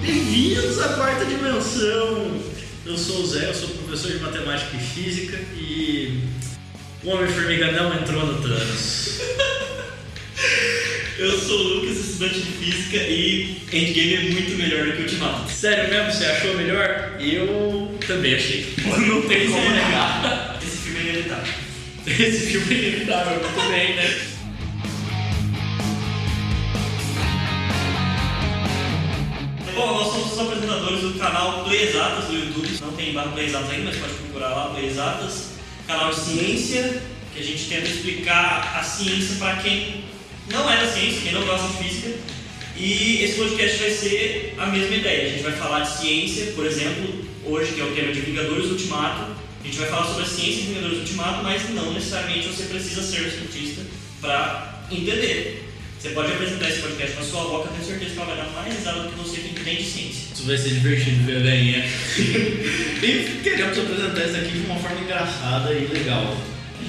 Bem-vindos à quarta dimensão! Eu sou o Zé, eu sou professor de matemática e física e. O Homem-Formiga não entrou no Thanos. Eu sou o Lucas, estudante de física e Endgame é muito melhor do que Ultimato. Sério mesmo, você achou melhor? Eu também achei. Não tem como negar. Esse filme é inevitável. Esse filme é inevitável, muito bem, né? Bom, nós somos os apresentadores do canal Play Exatas do YouTube. Não tem barra Play Exatas ainda, mas pode procurar lá Play Exatas. Canal de ciência, que a gente tenta explicar a ciência para quem não é da ciência, quem não gosta de física. E esse podcast vai ser a mesma ideia. A gente vai falar de ciência, por exemplo, hoje que é o tema de Vingadores Ultimato. A gente vai falar sobre a ciência de Vingadores Ultimato, mas não necessariamente você precisa ser um cientista para entender. Você pode apresentar esse podcast na sua boca, eu tenho certeza que ela vai dar mais risada do que você que entende ciência. Isso vai ser divertido ver a velhinha. E queremos apresentar isso aqui de uma forma engraçada e legal.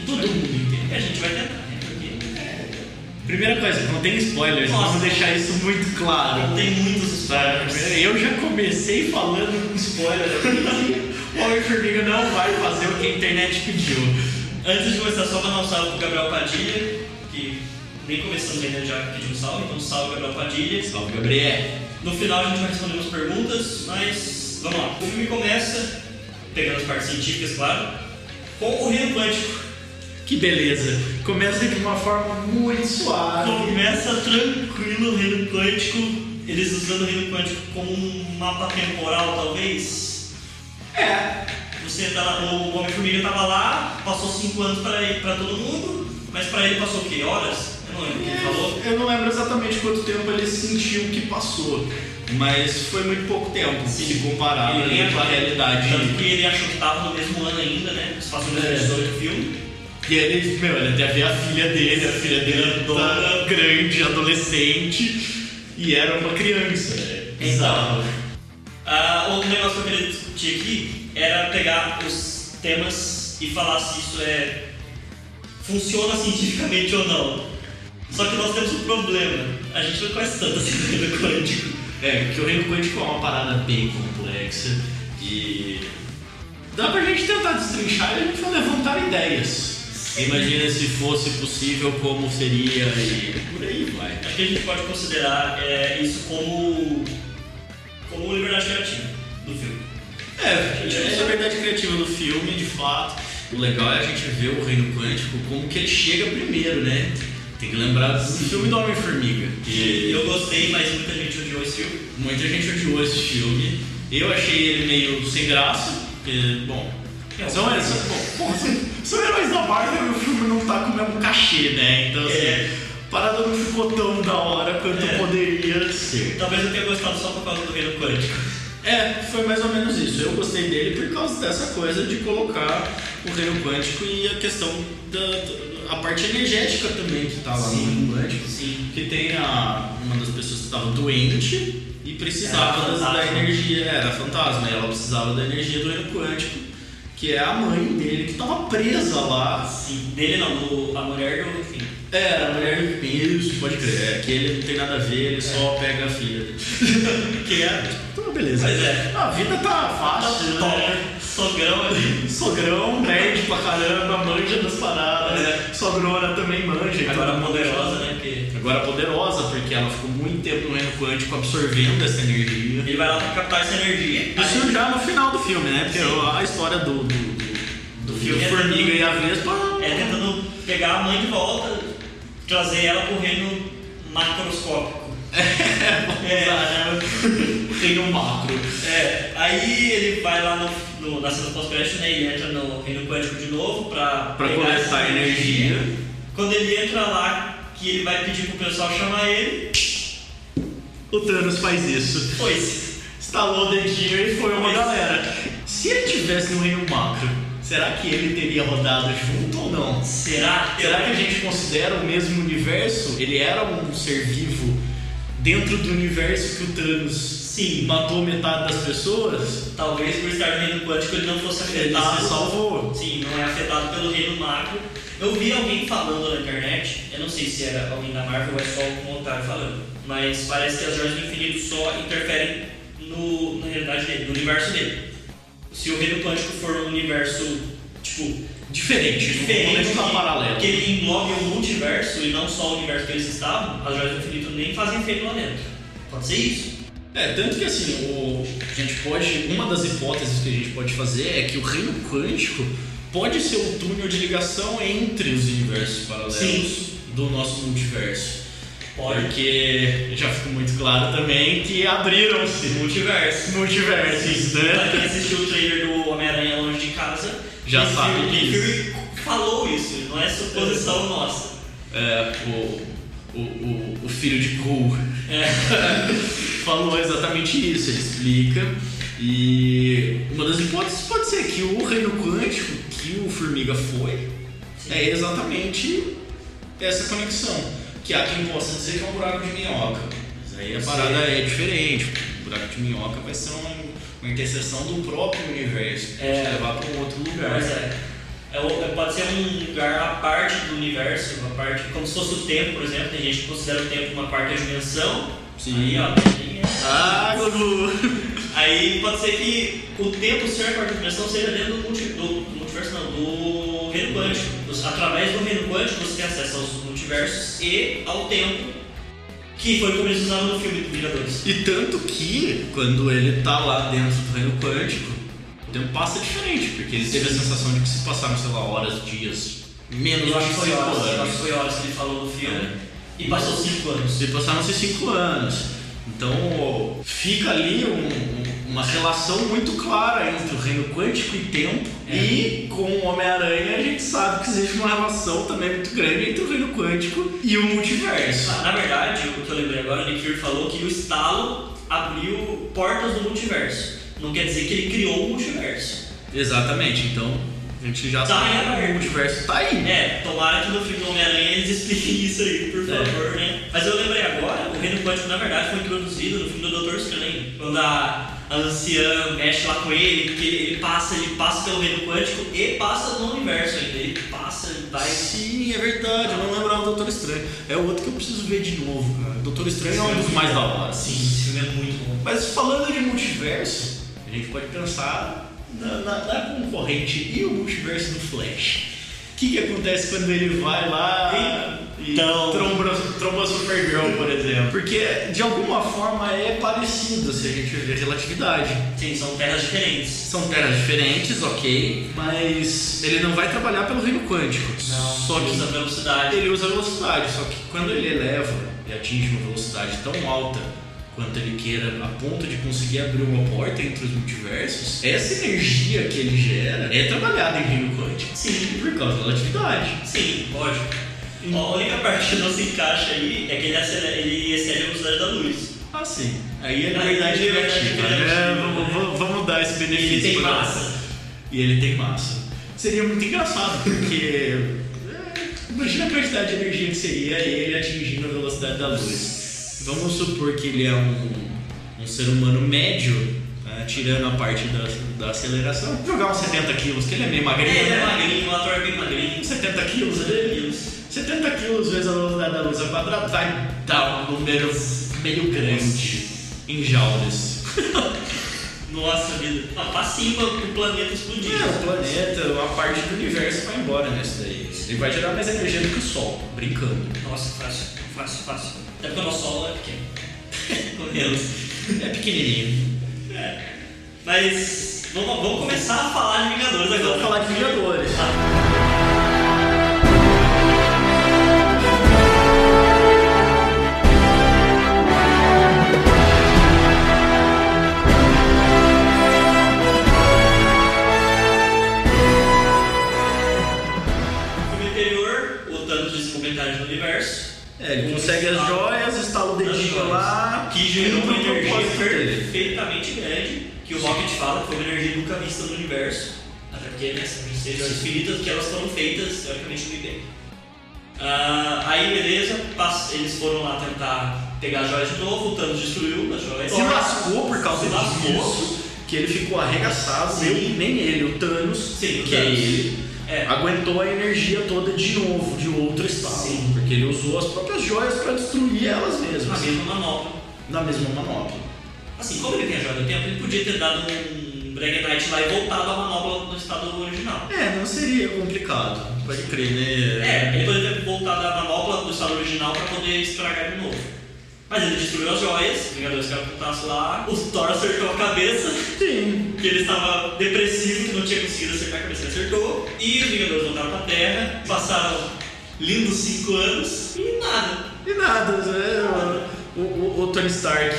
Todo mundo entende. E a gente vai tentar, né? Porque Primeira coisa, não tem spoilers, Nossa. vamos deixar isso muito claro. não Ah, tem muitos Sabe, spoilers. Eu já comecei falando com spoiler aqui. O Homem-Formiga não vai fazer o que a internet pediu. Antes de começar, só mandar um salve pro Gabriel Padilha, que nem começamos ainda já pediu um salve, então salve Gabriel Padilha. Salve, Gabriel. No final a gente vai responder umas perguntas, mas vamos lá. O filme começa, pegando as partes científicas, claro, com o Reino Quântico. Que beleza. Começa de uma forma muito suave. Começa tranquilo o reino quântico, eles usando o reino quântico como um mapa temporal, talvez. É. Você tá lá, o Homem-Formiga tava lá, passou 5 anos pra, ele- pra todo mundo, mas pra ele passou o quê? Horas? Eu não lembro o que ele falou. Eu não lembro exatamente quanto tempo ele sentiu que passou, mas foi muito pouco tempo se comparado Ele Ah, com a realidade. Tanto que ele achou que tava no mesmo ano ainda, né? Se passou no É. mesmo ano do filme. E ele, meu, ele até vê a filha dele, a filha dele Grandona. era grande, adolescente, e era uma criança. né? Exato. Ah, outro negócio que eu queria discutir aqui era pegar os temas e falar se isso é. funciona cientificamente ou não. Só que nós temos um problema. A gente não conhece tanto assim do reino quântico. É, porque o reino quântico é uma parada bem complexa e dá pra gente tentar destrinchar e a gente vai levantar ideias. Imagina se fosse possível, como seria e por aí vai. Acho que a gente pode considerar é, isso como. como liberdade criativa do filme. É, é a verdade criativa do filme, de fato. O legal é a gente ver o reino quântico como que ele chega primeiro, né? Tem que lembrar do filme do Homem-Formiga, que Eu gostei, mas muita gente odiou esse filme. muita gente odiou esse filme. Eu achei ele meio sem graça, porque, bom. É, São, um- são, bom, bom, são- assim, são heróis da Marvel e o filme não tá com o mesmo cachê, né? Então, assim, É. a parada não ficou tão da hora quanto É. poderia ser. Talvez eu tenha gostado só por causa do reino quântico. É, foi mais ou menos isso. Eu gostei dele por causa dessa coisa de colocar o reino quântico e a questão da, da- a parte energética também que Ah, tá lá Sim. no reino quântico. Sim. Que tem a, uma das pessoas que estava doente e precisava Era das- da fantasma. energia, É, era fantasma, e ela precisava da energia do reino quântico, que é a mãe dele que estava presa lá. É, Sim. Dele não, do- a mulher do enfim. Era a mulher do Pinheiros, pode crer, é, que ele não tem nada a ver, ele É. só pega a filha. Que é. Então, beleza. Pois é. A vida tá fácil, né? Top. Sogrão ali. Sogrão, nerd pra caramba, manja das paradas. É. Sogrona também manja. Agora então- poderosa, né? Porque Agora poderosa, porque ela ficou muito tempo no reino quântico absorvendo essa energia. ele vai lá pra captar essa energia. Isso já no final do filme, né? Porque Sim. a história do, do, do, do filme É. Formiga e a Vespa. ah, aí É tentando pegar a mãe de volta, trazer ela pro reino macroscópico. É, Tem um macro. é. Aí ele vai lá no, no, na cena pós-crédito, né? Ele entra no reino quântico de novo pra, Pra pegar coletar essa energia. Quando ele entra lá, que ele vai pedir pro pessoal chamar ele, O Thanos faz isso. foi-se. Estalou o dedinho e foi uma galera. Se ele tivesse no reino macro, será que ele teria rodado junto ou não? Será? Será que a gente considera o mesmo universo? Ele era um ser vivo dentro do universo que o Thanos sim matou metade das pessoas? Talvez por estar no reino quântico ele não fosse Ele um afetado. se salvou. Sim, não é afetado pelo reino macro. Eu vi alguém falando na internet, eu não sei se era alguém da Marvel ou é só um otário falando, mas parece que as joias do infinito só interferem no no, na realidade dele, no universo dele. Se o reino quântico for um universo, tipo, Diferente, diferente, não tá que- paralelo. que ele englobe o multiverso e não só o universo que eles estavam, as joias do infinito nem fazem efeito lá dentro. Pode ser isso. É, tanto que assim, o, a gente pode. Uma das hipóteses que a gente pode fazer é que o reino quântico pode ser o túnel de ligação entre os universos paralelos Sim. do nosso multiverso. Pode. Porque já ficou muito claro também que abriram-se Multiverso. multiversos, Pra né? quem Tá assistiu o trailer do Homem-Aranha Longe de Casa, Já Nick sabe Fury- disso. Nick Fury falou isso, não é suposição nossa. É, o, o, o, o filho de Cole falou exatamente isso, ele explica. E uma das hipóteses pode ser que o reino quântico que o Formiga foi é exatamente essa conexão. Que há quem possa dizer que é um buraco de minhoca. Mas aí a parada é diferente. O buraco de minhoca vai ser um- uma interseção do próprio universo. É. Te levar para um outro lugar. Mas é. É o- é- pode ser um lugar à parte do universo, uma parte, como se fosse o tempo, por exemplo, tem gente que considera o tempo uma parte da dimensão. Sim. Aí, ó, tem- é. Ah, Gugu! aí pode ser que o tempo ser a parte da dimensão seja dentro do, multi, do, do multiverso, não, do reino quântico. Você- Através do reino quântico você tem acesso aos multiversos e ao tempo, que foi como eles usaram no filme do Vingadores. E tanto que, quando ele tá lá dentro do reino quântico, o tempo passa diferente, porque ele teve a sensação de que se passaram, sei lá, horas, dias, menos Eu acho de que foi 5 horas, eu acho que anos. foi horas que ele falou no filme. É. E passou 5 anos. Se passaram-se 5 anos. Então fica ali um- um- uma relação muito clara entre o reino quântico e tempo. É. E com o Homem-Aranha a gente sabe que existe uma relação também muito grande entre o reino quântico e o multiverso. Ah, Na verdade, o que eu lembrei agora, o Nick Fury falou que o estalo abriu portas do multiverso. Não quer dizer que ele criou o multiverso. Exatamente, então a gente já Tá em sabe que aberto. o multiverso tá aí. É, tomara que no filme do Homem-Aranha eles expliquem isso aí, por É. favor, né? Mas eu lembrei agora, o Reino Quântico, na verdade, foi introduzido no filme do Doutor Estranho. Quando a, a anciã mexe lá com ele, porque ele, ele passa, ele passa pelo Reino Quântico e passa no universo ainda. Ele passa, ele vai... Sim, é verdade, eu não lembrava do Doutor Estranho. É o outro que eu preciso ver de novo, cara. Doutor Estranho é um dos mais da hora. Sim, esse filme é muito bom. Mas falando de multiverso, a gente pode pensar na, na- na concorrente e o multiverso do Flash. O que, que acontece quando ele vai lá e Então. tromba, tromba Supergirl, por exemplo? Porque de alguma forma é parecido se a gente ver relatividade. Sim, são terras diferentes. São terras diferentes, ok, mas ele não vai trabalhar pelo reino quântico. Só que usa velocidade. Ele usa velocidade, só que quando ele eleva e atinge uma velocidade tão alta quanto ele queira, a ponto de conseguir abrir uma porta entre os multiversos, essa energia que ele gera é trabalhada em reino quântico. Sim. Por causa da relatividade. Sim, lógico. Ó, A única parte que não se encaixa aí é que ele, acelera, ele excede a velocidade da luz. Assim, aí é Aí, verdade é verdade negativa. negativa, né? né? Vamos- vamos- Vamos dar esse E benefício. ele tem pra nós. massa. E ele tem massa. Seria muito engraçado, porque. é, Imagina a quantidade de energia que seria ele atingindo a velocidade da luz. Vamos supor que ele é um, um ser humano médio, né, tirando a parte da, da aceleração. Jogar uns 70 quilos, que ele é meio É, magrinho, ele é né? magrinho, o ator é bem magrinho. é 70 quilos, ele. 70 quilos vezes a velocidade da luz ao quadrado vai dar um número meio grande em joules. Nossa vida. Ah, passiva o planeta explodindo. É, o planeta, uma parte do universo vai embora nisso daí. Ele vai gerar mais energia do que o Sol, brincando. Nossa, fácil, fácil, fácil. Até porque o nosso sol é pequeno. Com Deus. É pequenininho. É. Mas vamos, vamos começar a falar de Vingadores agora. Vamos falar de Vingadores. No filme anterior, o Thanos descobriu metade do universo. É, ele consegue as joias, estala o As dedinho joias. lá. que gerou uma cumpre o energia propósito dele. perfeitamente grande, que o Rocket fala que foi uma energia nunca vista no universo, até porque né, são energias infinitas que elas foram feitas teoricamente no IBM. Ah, aí beleza, pass- eles foram lá tentar pegar as joias de novo, o Thanos destruiu as joias. Se lascou por causa Se lascou. disso. Que ele ficou arregaçado, Sim. nem, nem ele, o Thanos, Sim, o que é Thanos. ele, É, aguentou a energia toda de novo, de outro estado. Sim. Ah, Porque ele usou as próprias joias pra destruir elas a mesmas, mesma manobra. na mesma manobra. Assim, como ele viajou no tempo, ele podia ter dado um Brag Knight lá e voltado à manopla no estado original. É, não seria complicado. Pode crer, né? É, ele poderia ter voltado à manopla no estado original pra poder estragar de novo. Mas ele destruiu as joias, os Vingadores ficaram com o taço lá, o Thor acertou a cabeça, Sim. que ele estava depressivo, que não tinha conseguido acertar a cabeça, ele acertou. E os Vingadores voltaram pra Terra, passaram lindos 5 anos e nada. E nada, né? O, o- o Tony Stark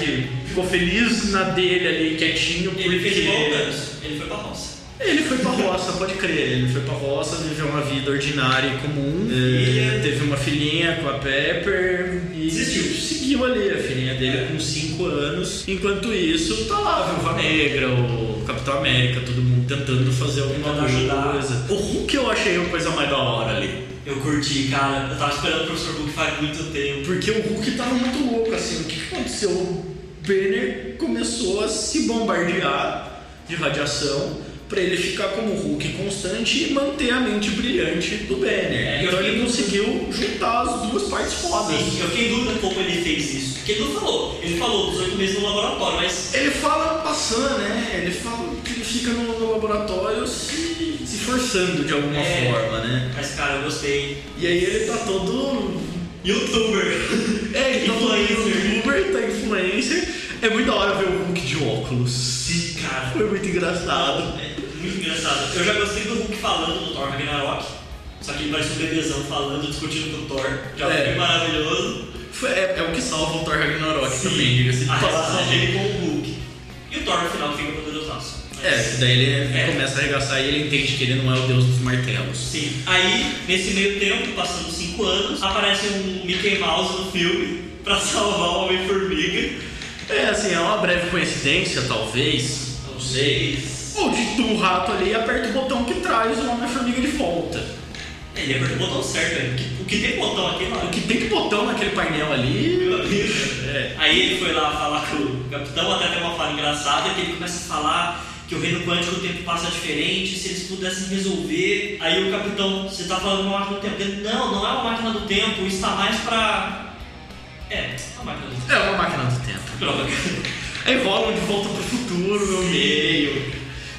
ficou feliz na dele ali, quietinho, porque... Ele fez igual o Thanos, ele foi pra roça. Ele foi pra roça, pode crer. Ele foi pra roça, viveu uma vida ordinária e comum. Filha. É, teve uma filhinha com a Pepper e Desistiu. seguiu ali a filhinha dele com 5 anos. Enquanto isso, tá lá a Viúva Negra, o Capitão América, todo mundo tentando fazer alguma Tentando ajudar. coisa. O Hulk eu achei a coisa mais da hora ali. Eu curti, cara. Eu tava esperando o professor Hulk faz muito tempo. Porque o Hulk tava muito louco, assim. O que, que aconteceu? O Banner começou a se bombardear de radiação pra ele ficar como Hulk constante e manter a mente brilhante do Banner. É, então eu ele fiquei- conseguiu juntar as duas partes fodas. Sim, eu fiquei em dúvida como ele fez isso. Porque ele não falou. Ele falou dos oito meses no laboratório, mas Ele fala passando, né? Ele fala que ele fica no no laboratório se, se forçando de alguma É. forma, né? Mas cara, eu gostei. E aí ele tá todo Youtuber! É, ele tá Influencer. falando youtuber, tá influencer. É muito da hora ver o Hulk de óculos. Sim, cara. Foi muito engraçado. É muito engraçado. Eu já gostei do Hulk falando do Thor Ragnarok. Só que ele parece um bebezão falando, discutindo com o Thor. Já É. foi maravilhoso. Foi- é, é o que salva o Thor Ragnarok Sim. também, assim, diga-se de A relação passagem. dele com o Hulk. E o Thor no final fica poderosaço. Mas- É, daí ele É. começa a arregaçar e ele entende que ele não é o deus dos martelos. Sim. Aí, nesse meio tempo, passando 5 anos, aparece um Mickey Mouse no filme pra salvar o Homem-Formiga. É, assim, é uma breve coincidência, talvez. Não sei. Ou de tu, o rato ali e aperta o botão que traz o Homem-Formiga de volta. É, Ele apertou o botão certo, velho. Que- O que tem botão aqui, O mano? que tem de botão naquele painel ali. Meu amigo. É. Aí ele foi lá falar com o capitão, até tem uma fala engraçada, que ele começa a falar que o reino quântico o tempo passa diferente, se eles pudessem resolver. Aí o capitão, você tá falando de uma máquina do tempo? Ele, não, não é uma máquina do tempo, está mais pra. É, uma máquina do tempo. É uma máquina do tempo. Droga. Aí rolam de volta pro futuro, meu Sim. meio.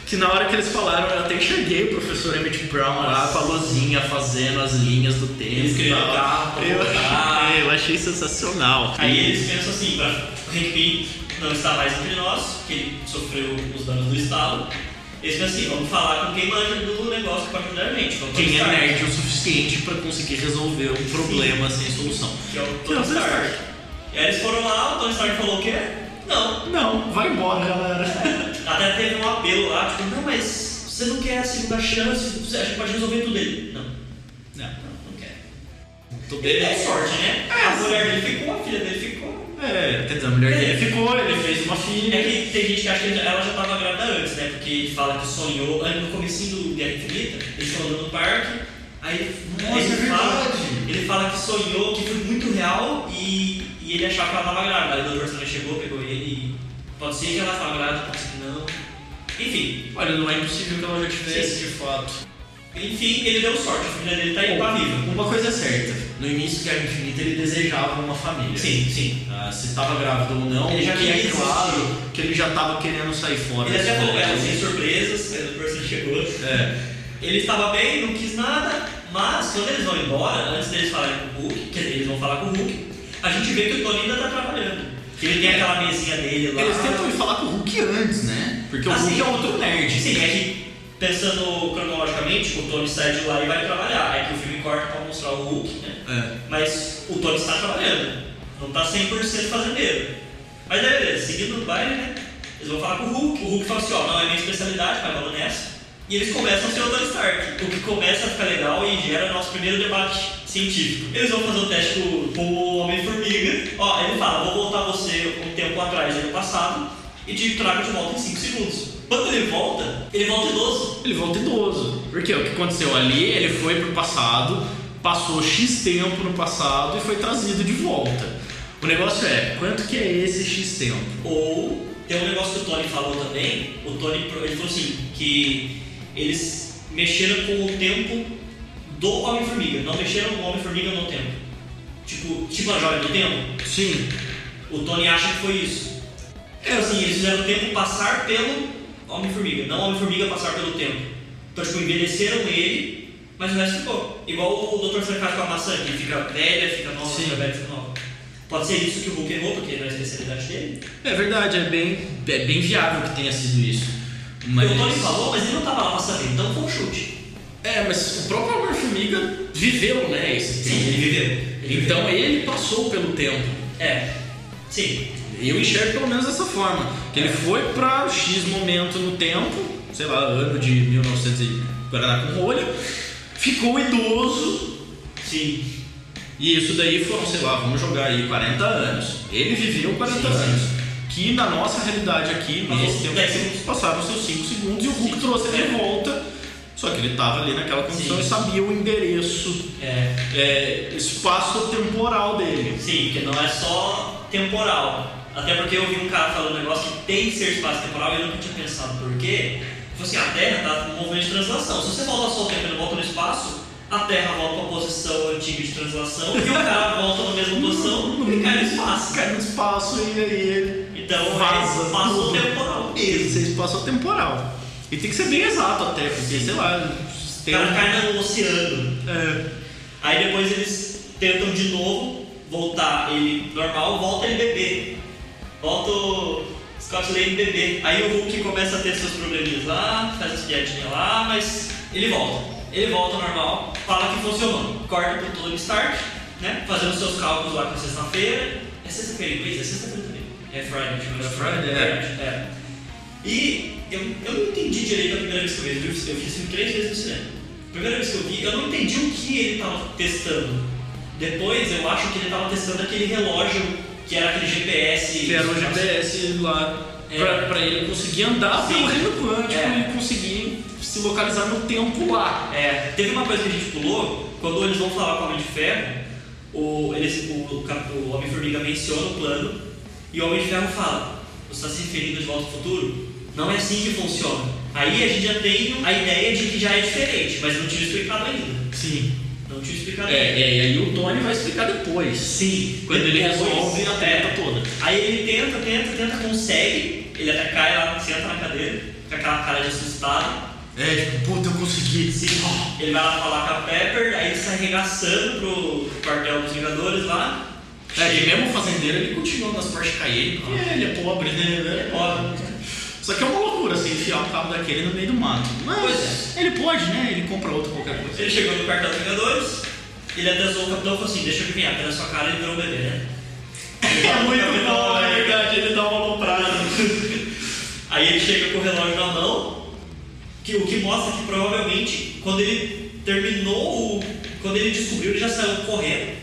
Que na hora que eles falaram, eu até enxerguei o professor Emmett Brown lá com a luzinha fazendo as linhas do Ele tempo. e escreveu tal. carro, Eu, voltar. eu achei sensacional. Aí eles pensam assim, pra Henry não está mais entre nós, que ele sofreu os danos do estalo. Eles pensam assim, vamos falar com quem manja do negócio que pode ajudar a gente. com o Tony Quem é Stark, nerd o suficiente pra conseguir resolver um problema sem solução? Que é o Que é o Tony Tony Stark. E aí eles foram lá, o Tony Stark falou o quê? Não. Não, vai embora, galera. Até teve um apelo lá, tipo, não, mas você não quer a segunda chance, você acha que pode resolver tudo ele. Não, Não, não, não quer. tudo Ele bem. deu sorte, né? É. A mulher dele ficou, a filha dele ficou. É, quer dizer, a mulher dele ficou, ele fez uma É filha. que tem gente que acha que ela já tava grávida antes, né? Porque ele fala que sonhou, aí no comecinho do Guerra Infinita, eles estão andando no parque, aí ele- Nossa, ele, é fala, verdade. ele fala que sonhou, que foi muito real e, e ele achava que ela tava grávida. Aí o doutor também chegou, pegou ele e pode ser que ela tava grávida, pode ser que não. Enfim, Olha, não é impossível que ela já tivesse de fato. enfim, ele deu sorte, a filha dele tá aí Bom, com a viva. Uma coisa é certa, no início da Guerra Infinita ele desejava uma família. Sim, sim. Ah, se estava grávido ou não, Ele já que queria é claro que ele já estava querendo sair fora. Ele desse até falou, é, rolê. ela sem surpresas, aí o doutor chegou. É, Ele estava bem, não quis nada, mas quando eles vão embora, antes deles falarem com o Hulk, quer dizer, eles vão falar com o Hulk, a gente vê que o Tony ainda tá trabalhando. Que ele tem aquela mesinha dele lá. Eles tentam ir falar com o Hulk antes, né? Porque Ah, o Hulk sim. é outro nerd. Sim, é que pensando cronologicamente, o Tony sai de lá e vai trabalhar. É que o filme corta pra mostrar o Hulk, né? É. Mas o Tony está trabalhando. Não tá 100% fazendeiro. Mas é beleza, seguindo o baile, né? Eles vão falar com o Hulk. O Hulk fala assim, ó, não é minha especialidade, mas vamos nessa. E eles começam a ser o Tony Stark. O que começa a ficar legal e gera o nosso primeiro debate científico. Eles vão fazer o teste com, com o Homem-Formiga. Ó, ele fala, vou voltar você um tempo atrás, ano passado, e te trago de volta em 5 segundos. Quando ele volta, ele volta idoso. Ele volta idoso. Porque o que aconteceu ali, ele foi pro passado, passou X tempo no passado e foi trazido de volta. O negócio é, quanto que é esse X tempo? Ou tem um negócio que o Tony falou também, o Tony pro- ele falou assim, que eles mexeram com o tempo do Homem-Formiga, não mexeram com o Homem-Formiga no tempo. Tipo, tipo a joia do tempo, Sim. o Tony acha que foi isso. É, assim, eles fizeram o tempo passar pelo Homem-Formiga, não o Homem-Formiga passar pelo tempo. Então, tipo, envelheceram ele, mas o resto ficou. Igual o Dr. Frank faz com a maçã, que fica velha, fica nova, Sim. fica velha, fica nova. Pode ser isso que o Hulk errou, porque não é a especialidade dele. É verdade, é bem, é bem viável que tenha sido isso. Mas... O Tony falou, mas ele não tava lá passando, então foi um chute. É, mas o próprio Homem-Formiga viveu, né? Esse tempo. viveu. Então ele passou pelo tempo. É, sim. Eu enxergo pelo menos dessa forma. Que ele foi pra X momento no tempo, sei lá, ano de 1900 e Guaraná com rolha, ficou idoso, Sim. e isso daí foram, sei lá, vamos jogar aí 40 anos. Ele viveu 40 Sim, sim. anos. Que na nossa realidade aqui, Mas nesse os tempo, dez que segundos. passaram os seus 5 segundos e o Hulk Sim. trouxe ele de volta. Só que ele tava ali naquela condição Sim. e sabia o endereço É, é, espaço-temporal dele. sim, porque não é só temporal. Até porque eu vi um cara falando um negócio que tem que ser espaço temporal e eu nunca tinha pensado por quê. Tipo assim, a Terra tá no movimento de translação. Se você volta só o tempo e não volta no espaço, a Terra volta para a posição antiga de translação e o cara volta na mesma posição e cai no espaço. Cai no espaço e aí ele Então Vaza. é espaço temporal. Isso, é espaço temporal. E tem que ser bem exato até, porque sei lá. O Tem um, é, cara cai no oceano. Aí depois eles tentam de novo voltar ele normal, volta ele bebê. Volta o Scott Lane bebê. Aí o Hulk começa a ter seus probleminhas lá, faz as piadinhas lá, mas ele volta. Ele volta normal, fala que funcionou. Corta pro Tony Stark, né? Fazendo seus cálculos lá pra sexta-feira. É sexta-feira em inglês? É sexta-feira também. É Friday, tipo, É Friday, é. é. E eu, eu não entendi direito a primeira vez que eu vi, eu vi eu vi esse filme três vezes no cinema. Primeira vez que eu vi, eu não entendi o que ele estava testando. Depois eu acho que ele estava testando aquele relógio que era aquele GPS. que era o GPS lá É. pra, pra ele conseguir andar Sim. pelo reino quântico É. e conseguir se localizar no tempo lá. É, teve uma coisa que a gente pulou, quando eles vão falar com o Homem de Ferro, o, eles, o, o, cap- o Homem-Formiga menciona o plano e o Homem de Ferro fala, você está se referindo de volta ao futuro? Não é assim que funciona. Aí a gente já tem a ideia de que já é diferente, mas não tinha explicado ainda. Sim. Não tinha É, explicado ainda. é, e aí o Tony vai explicar depois. Sim, Quando ele depois- resolve a É, treta toda. Aí ele tenta, tenta, tenta, consegue. Ele até cai lá, senta na cadeira, com aquela cara de assustado. É, tipo, puta, eu consegui. Sim, Ele vai lá falar com a Pepper, aí ele sai arregaçando pro quartel dos Vingadores lá. É, que mesmo o fazendeiro ele continua nas partes caírem, porque ele é pobre, né? Ele É pobre. Só que é uma loucura você enfiar um cabo daquele no meio do mato. Mas Pois ele pode, né? Ele compra outro qualquer coisa. Ele chegou no quartel dos Vingadores, ele até zoou o capitão e falou assim: Deixa eu adivinhar, pela sua cara ele virou um bebê, né? É um verdade, ele dá uma aloprada. Aí ele chega com o relógio na mão, que, o que mostra é que provavelmente quando ele terminou o. Quando ele descobriu, ele já saiu correndo.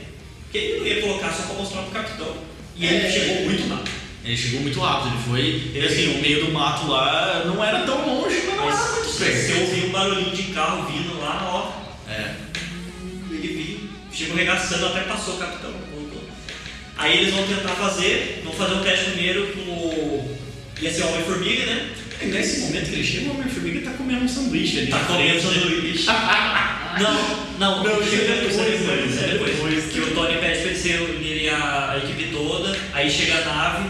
Porque ele não ia colocar só pra mostrar pro capitão. E ele É. chegou muito rápido. Ele chegou muito rápido, ele foi. Ele, assim, o meio do mato lá não era tão longe, mas não era muito Você perto. ouviu um barulhinho de carro vindo lá, ó. É. Ele veio, chegou regaçando, até passou o capitão. voltou. Aí eles vão tentar fazer, vão fazer um teste primeiro com o. Ia ser o Homem-Formiga, né? E nesse momento que ele chega, o Homem-Formiga tá comendo um sanduíche ali. Tá comendo sanduíche. Não, não, Não, isso é depois, isso é depois, isso é isso é depois. depois. Que o Tony pede pra eles se unirem a a equipe toda, aí chega a nave,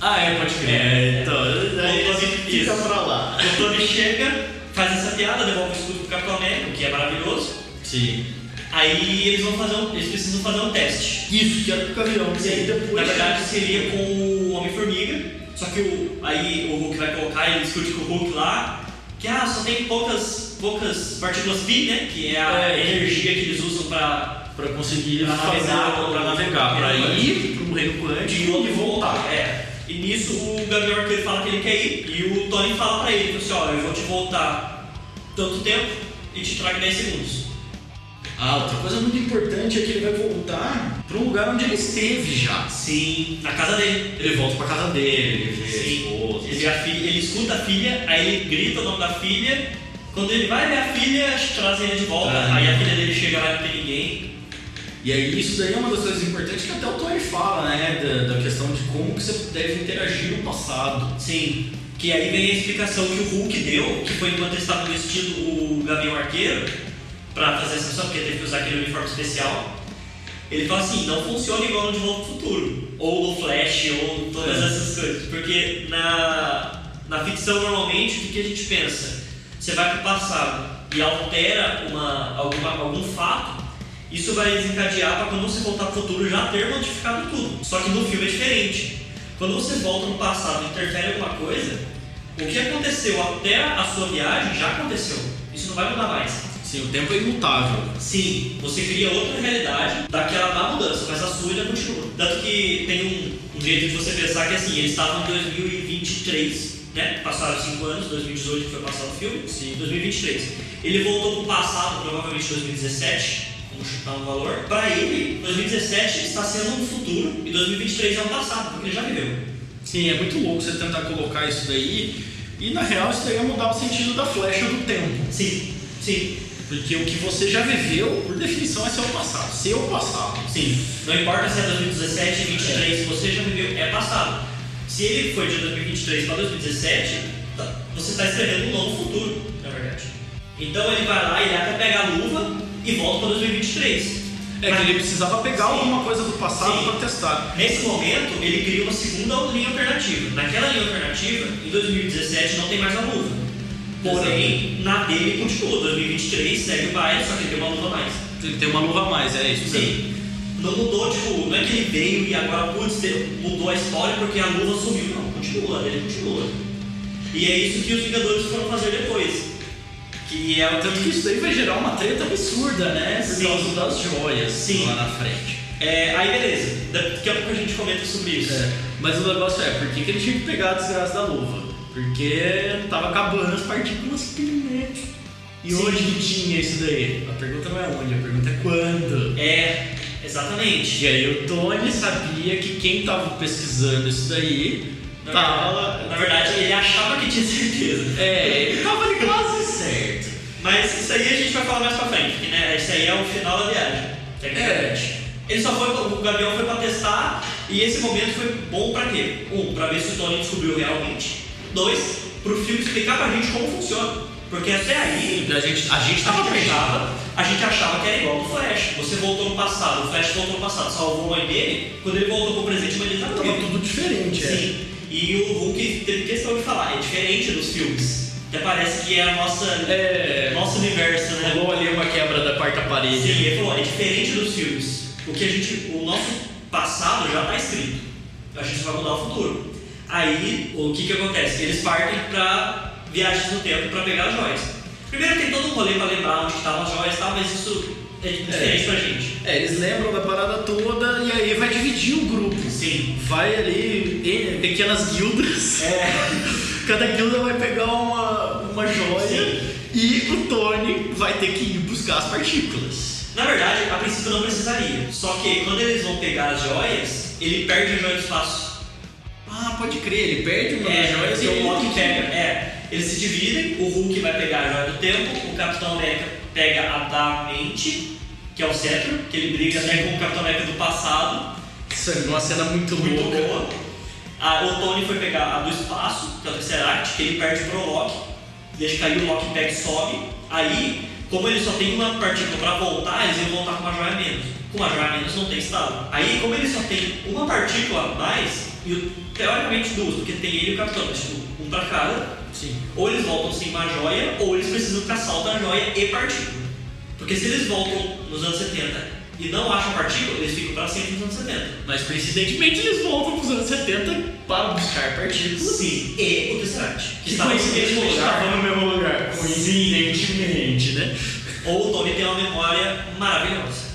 Ah, é, pode crer. É, então, aí ele fica isso. pra lá. o Tony chega, faz essa piada, devolve o escudo pro Capitão América, o que é maravilhoso. Sim. Aí eles vão fazer um, eles precisam fazer um teste. Isso, que era pro caminhão. E aí Na depois. verdade seria com o Homem-Formiga, só que o, aí o Hulk vai colocar, ele discute com o Hulk lá, que ah, só tem poucas, poucas partículas pi, né? Que é a É. energia que eles usam pra Pra conseguir Pra navegar, pra navegar, pra ir pro reino quântico e voltar. É. E nisso o Gabriel Arqueiro fala que ele quer ir. E o Tony fala pra ele, assim, ó, eu vou te voltar tanto tempo e te trago 10 segundos. Ah, outra coisa muito importante é que ele vai voltar pra um lugar onde ele esteve já. Sim. Na casa dele. Ele volta pra casa dele, ele vê a Sim. esposa. Ele, vê a filha, ele escuta a filha, aí ele grita o nome da filha. Quando ele vai ver a filha, trazem ele de volta. Ah. Aí a filha dele chega lá e não tem ninguém. E aí isso daí é uma das coisas importantes que até o Tony fala, né? Da, da questão de como que você deve interagir no passado. Sim. Que aí vem a explicação que o Hulk deu, que foi enquanto eles estavam vestindo assim, o Gavião Arqueiro, pra fazer essa missão, porque teve que usar aquele uniforme especial. Ele fala assim, não funciona igual no De Volta pro Futuro, ou no Flash, ou todas É. essas coisas. Porque na, na ficção, normalmente, o que, que a gente pensa? Você vai pro passado e altera uma, alguma, algum fato, isso vai desencadear para quando você voltar pro futuro já ter modificado tudo. Só que no filme é diferente. Quando você volta no passado e interfere em alguma coisa, o que aconteceu até a sua viagem já aconteceu. Isso não vai mudar mais. Sim, o tempo é imutável. Sim, você cria outra realidade daquela da mudança, mas a sua ainda continua. Tanto que tem um, um jeito de você pensar que assim, eles estavam em 2023, né? Passaram 5 anos, 2018 que foi passado o filme, sim, 2023. Ele voltou pro passado, provavelmente 2017, vamos chutar um valor. Pra ele, 2017 está sendo um futuro e 2023 é um passado, porque ele já viveu. Sim, é muito louco você tentar colocar isso daí. E na real isso daí ia mudar o sentido da flecha do tempo. Sim, sim, Porque o que você já viveu, por definição, é seu passado. Seu passado. Sim, não importa se é 2017, 2023, se você já viveu, é passado. Se ele foi de 2023 para 2017, tá- você está escrevendo um novo futuro, na verdade. Então ele vai lá, ele até pega a luva e volta para 2023. É que ele precisava pegar Sim. alguma coisa do passado Sim. para testar. Nesse momento, ele cria uma segunda linha alternativa. Naquela linha alternativa, em 2017 não tem mais a luva. Porém, na dele continua. 2023 segue o baile, só que ele tem uma luva a mais. Ele tem uma luva a mais, é isso mesmo. Sim. Não mudou, tipo, não é que ele veio e agora, putz, deu- mudou a história porque a luva sumiu. Não, continua, ele continua. E é isso que os Vingadores foram fazer depois. Que é o Tanto que isso daí vai gerar uma treta absurda, né? Por Sim. causa das joias Sim. lá na frente. É, aí beleza, daqui a pouco a gente comenta sobre isso. É. Mas o negócio é, por que, que ele tinha que pegar a desgraça da luva? Porque tava acabando as partículas pigmentos. E Sim. onde que tinha isso daí? A pergunta não é onde, a pergunta é quando. É, exatamente. E aí o Tony sabia que quem tava pesquisando isso daí Na tava. verdade, na verdade, ele achava que tinha certeza. É, ele tava ali quase certo. Mas isso aí a gente vai falar mais pra frente, porque, né? Isso aí é o final da viagem. tecnicamente. Ele só foi, o Gavião foi pra testar e esse momento foi bom pra quê? Um, pra ver se o Tony descobriu realmente. Dois, pro filme explicar pra gente como funciona. Porque até aí A gente, a gente a tava gente fechado. achava, a gente achava que era igual do Flash. Você voltou no passado, o Flash voltou no passado, salvou a mãe dele, quando ele voltou pro presente, mas ele tá Tava vivo. tudo diferente, é. Sim. E o Hulk teve questão de falar, é diferente dos filmes. Até parece que é a nossa. É. Nosso universo, né? Rolou ali uma quebra da quarta parede. Sim, ele falou, é diferente dos filmes. O que a gente, o nosso passado já está escrito. A gente vai mudar o futuro. Aí, o que que acontece? Eles partem para viagens no tempo para pegar as joias. Primeiro tem todo um rolê para lembrar onde estavam as joias, e tal, mas isso é diferente pra gente. É, eles lembram da parada toda e aí vai dividir o grupo. Sim. Vai ali em pequenas guildas. É. Cada guilda vai pegar uma, uma joia Sim. e o Tony vai ter que ir buscar as partículas. Na verdade, a princípio não precisaria. Só que quando eles vão pegar as joias, ele perde a joia do espaço. Ah, pode crer, ele perde uma das É, joias e o ele Loki pega. É, eles se dividem, o Hulk vai pegar a joia do tempo, o Capitão América pega a da mente, que é o cetro, que ele briga até com o Capitão América do passado, Isso é uma cena muito, muito louca. boa. Ah, o Tony foi pegar a do espaço, que é o Tesseract, que ele perde pro Loki, deixa cair, o Loki pega e sobe. Aí, como ele só tem uma partícula pra voltar, eles iam voltar com uma joia a menos. Com uma joia a menos não tem estado. Aí, como ele só tem uma partícula a mais, e o- teoricamente duas, porque tem ele e o Capitão, mas tipo, um pra cada, Sim. ou eles voltam sem uma joia, ou eles precisam caçar da joia e partícula. Porque se eles voltam nos anos 70 e não acham a partícula, eles ficam para sempre nos anos 70. Mas coincidentemente eles voltam pros anos 70 para buscar partículas. Sim, Tipo assim, e o Tesseract, que tá Que né? estava no mesmo estavam lugar. no mesmo lugar. Coincidentemente, né? Ou o Tony tem uma memória maravilhosa.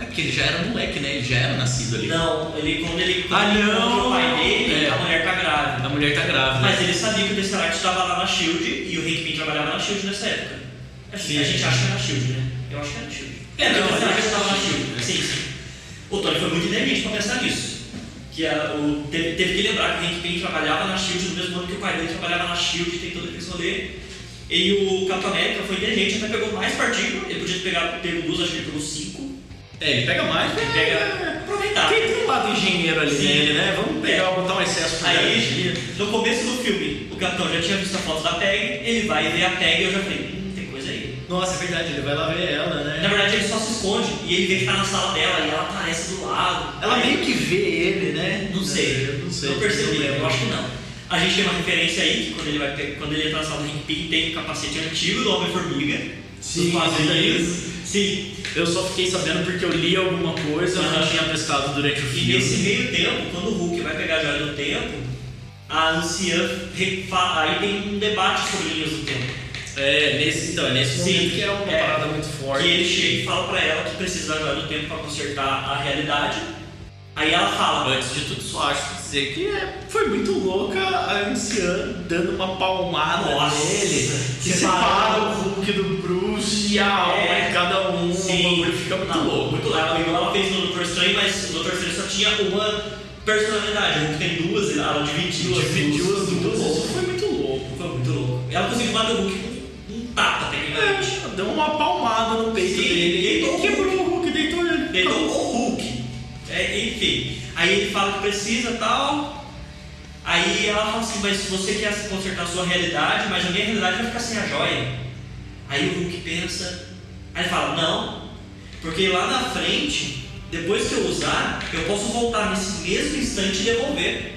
É porque ele já era moleque, né? Ele já era nascido ali. Não, ele quando ele Ah, quando ele não! encontrou o pai dele, É. a mulher tá grávida. A mulher tá grávida. Mas ele sabia que o Tesseract estava lá na Shield e o Rickman trabalhava na Shield nessa época. Assim, Sim. a gente acha que era na Shield, né? Eu acho que era na Shield. É, não, o Tesseract eu acho estava na que Shield. é. Sim, sim. O Tony foi muito inteligente pra pensar nisso. Que a- o- teve, teve que lembrar que o Rickman trabalhava na Shield no mesmo ano que o pai dele trabalhava na Shield, tem todo aquele rolê. E o Capitão América foi inteligente, até pegou mais partido. Ele podia ter pegado pego duas, acho que ele pegou cinco. É, ele pega mais, Ele pega. Aproveitar. Tem um lado engenheiro ali Sim. nele, né? Vamos pegar, É. botar um excesso pra Aí, garantir. no começo do filme, o capitão já tinha visto a foto da Peg, ele vai ver a Peg e eu já falei, hum, tem coisa aí. Nossa, é verdade, ele vai lá ver ela, Na né? verdade, ele só se esconde e ele vê que tá na sala dela e ela aparece do lado. Ela Aí- meio que vê ele, né? Não sei, Eu não sei. Não percebi, lembro. eu acho que não. A gente tem uma referência aí que quando ele vai pe- quando ele entra na sala do Hank Pym, tem o capacete antigo do Homem-Formiga. Sim, isso. Sim. Eu só fiquei sabendo porque eu li alguma coisa, eu não Aham. tinha pescado durante o E filme. nesse meio tempo, quando o Hulk vai pegar a joia do tempo, a Lucian refa- aí tem um debate sobre linhas do tempo. É, nesse, então, é nesse Sim, momento que é uma é. parada muito forte. Que ele chega e fala pra ela que precisa da joia do tempo pra consertar a realidade. Aí ela fala, Antes de tudo, só acho que dizer que é- foi muito louca a anciã dando uma palmada Nossa, nele, que que separa parada. o Hulk do Bruce e a alma É. de cada um, o Sim. bagulho fica muito Não, louco. Muito louco. Igual ela fez no Doutor Estranho, mas o Doutor Estranho só tinha uma personalidade. O Hulk tem duas, ela dividiu as Dividiu as duas, duas. isso foi muito louco. Foi muito louco. Ela conseguiu bater o Hulk com um tapa, tecnicamente. É, deu uma palmada no peito Sim, dele deitou e o quebrou o Hulk, deitou ele. Deitou o Hulk. É, enfim. Aí ele fala que precisa e tal. Aí ela fala assim, mas você quer consertar a sua realidade, mas a minha realidade vai ficar sem a joia. Aí o Hulk pensa, aí ele fala, não, porque lá na frente, depois que eu usar, eu posso voltar nesse mesmo instante e devolver.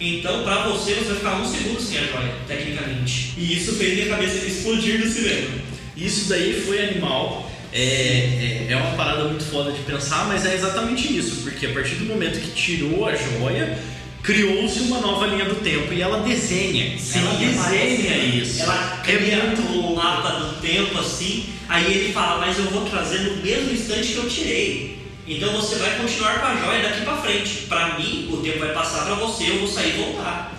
Então, pra você, você vai ficar um segundo sem a joia, tecnicamente. E isso fez minha cabeça explodir no cinema. Isso daí foi animal. É, é, é uma parada muito foda de pensar, mas é exatamente isso, porque a partir do momento que tirou a joia, criou-se uma nova linha do tempo e ela desenha. ela desenha isso. né? Ela é cria muito o louco. mapa do tempo assim. Aí ele fala, mas eu vou trazer no mesmo instante que eu tirei. Então você vai continuar com a joia daqui pra frente. Pra mim, o tempo vai passar pra você, eu vou sair e voltar.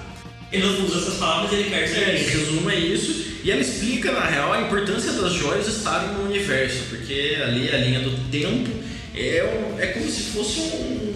Ele não usa essas palavras, ele quer dizer É, em isso. resumo é isso. E ela explica, na real, a importância das joias estarem no universo, porque ali a linha do tempo é, um- é como se fosse um.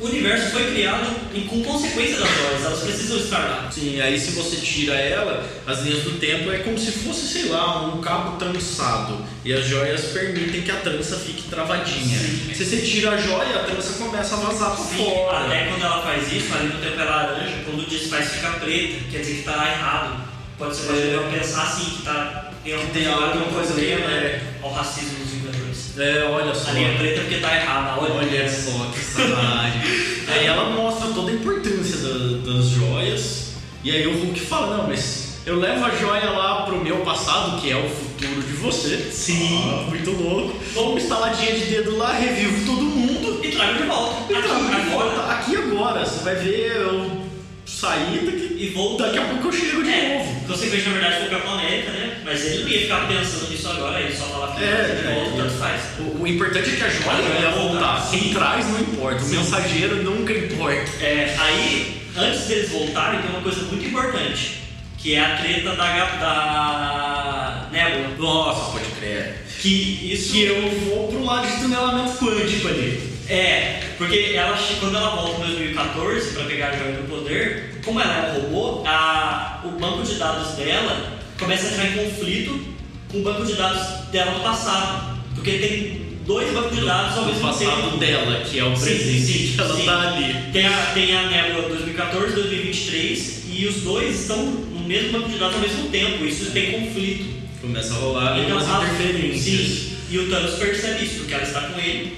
O universo foi criado em- com consequência das joias, elas precisam estar lá. Sim, aí se você tira ela, as linhas do tempo é como se fosse, sei lá, um cabo trançado. E as joias permitem que a trança fique travadinha. Sim. Se você tira a joia, a trança começa a vazar pra Sim, fora. até quando ela faz isso, ali no tempo é laranja, quando desfaz fica preta, quer dizer que tá errado. Pode ser pode É. pensar assim que tá tem algum, tem alguma coisa ali, problema né? ao racismo dos Vingadores. É, olha só. A linha preta é porque tá errada, olha. Olha só que sacanagem. aí ela mostra toda a importância da- das joias. E aí o Hulk fala, não, mas eu levo a joia lá pro meu passado, que é o futuro de você. Sim. Ah, muito louco. Dou uma estaladinha de dedo lá, revivo todo mundo. E traga de volta. Então, Aqui, agora. aqui agora, você vai ver eu sair daqui. E volta. Daqui a pouco eu chego de É, novo. consequência na verdade foi o Capitão América, né? Mas ele não ia ficar pensando nisso agora, ele só falava que É, ele é, volta, é. tanto faz. O, o importante é que a A joia joia ia vai voltar. voltar. Quem traz não importa. O Sim. mensageiro nunca importa. É, aí, antes deles voltarem, tem uma coisa muito importante, que é a treta da, Ga- da Nebula. Nossa, pode crer. Que isso Que eu vou pro lado de tunelamento quântico ali. é, porque ela, che- quando ela volta em 2014 pra pegar a joia do poder, como ela é um robô, a- o banco de dados dela começa a entrar em conflito com o banco de dados dela do passado. Porque tem dois bancos de dados ao O mesmo passado tempo. dela, que é o Sim, presente sim, que ela sim. tá ali. Tem a, tem a Nebula 2014 2023 e os dois estão no mesmo banco de dados ao mesmo tempo. Isso tem conflito. Começa a rolar Então, algumas a- interferências. Sim, e o Thanos percebe isso, porque ela está com ele.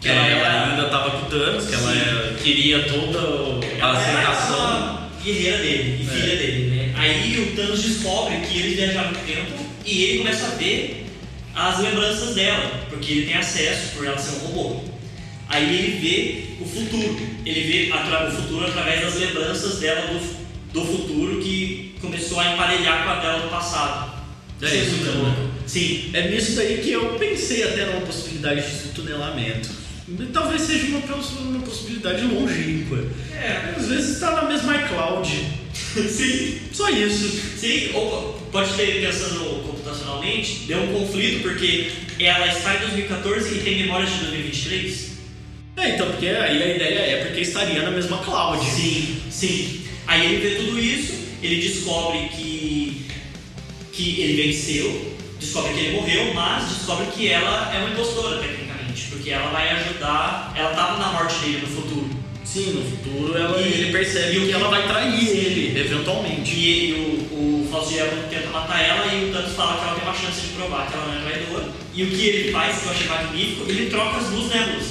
é Que É, ela, ela ainda tava com o Thanos, que ela Sim. é- queria toda a ela é era aceitação. uma guerreira dele, e É. filha dele, né? Aí o Thanos descobre que eles viajaram no tempo e ele começa a ver as lembranças dela, porque ele tem acesso por ela ser um robô. Aí ele vê o futuro, ele vê atra- o futuro através das lembranças dela do, fu- do futuro que começou a emparelhar com a dela do passado. É isso, muito né? louco. Sim, É nisso daí que eu pensei até numa possibilidade de tunelamento. Talvez seja uma, pos- uma possibilidade longínqua. É. Às vezes tá na mesma iCloud. Sim. Só isso. Sim, ou pode ter, pensando computacionalmente, deu um conflito porque ela está em 2014 e tem memórias de 2023. É, então, porque aí a ideia é porque estaria na mesma cloud. Sim, sim. Aí ele vê tudo isso, ele descobre que, que ele venceu, descobre que ele morreu, mas descobre que ela é uma impostora, tecnicamente, porque ela vai ajudar, ela estava na morte dele no futuro. Sim, no futuro ela, E- ele percebe e o que que- ela vai trair Sim. ele, eventualmente. E ele- o, o Faustiano tenta matar ela e o Thanos fala que ela tem uma chance de provar que ela não é traidora. E o que ele faz, que eu achei magnífico, ele troca as duas nébulas.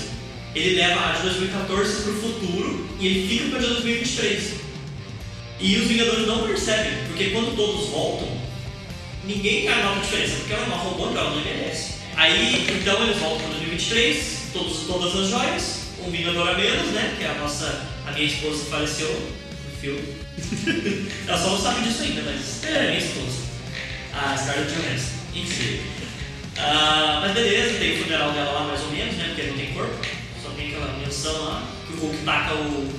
Ele leva a de 2014 pro futuro e ele fica pra de 2023. E os Vingadores não percebem, porque quando todos voltam, ninguém cai nota diferença, porque ela é uma robô, então ela não envelhece. Aí, então eles voltam pra 2023, todos, todas as joias, um Vingador a menos, né, que é a nossa, a minha esposa faleceu no filme. Ela só não sabe disso ainda, mas é minha esposa. A Scarlett Johansson. Enfim. Ah, mas beleza, tem o funeral dela lá mais ou menos, né? Porque não tem corpo. Só tem aquela menção lá que o Hulk taca o,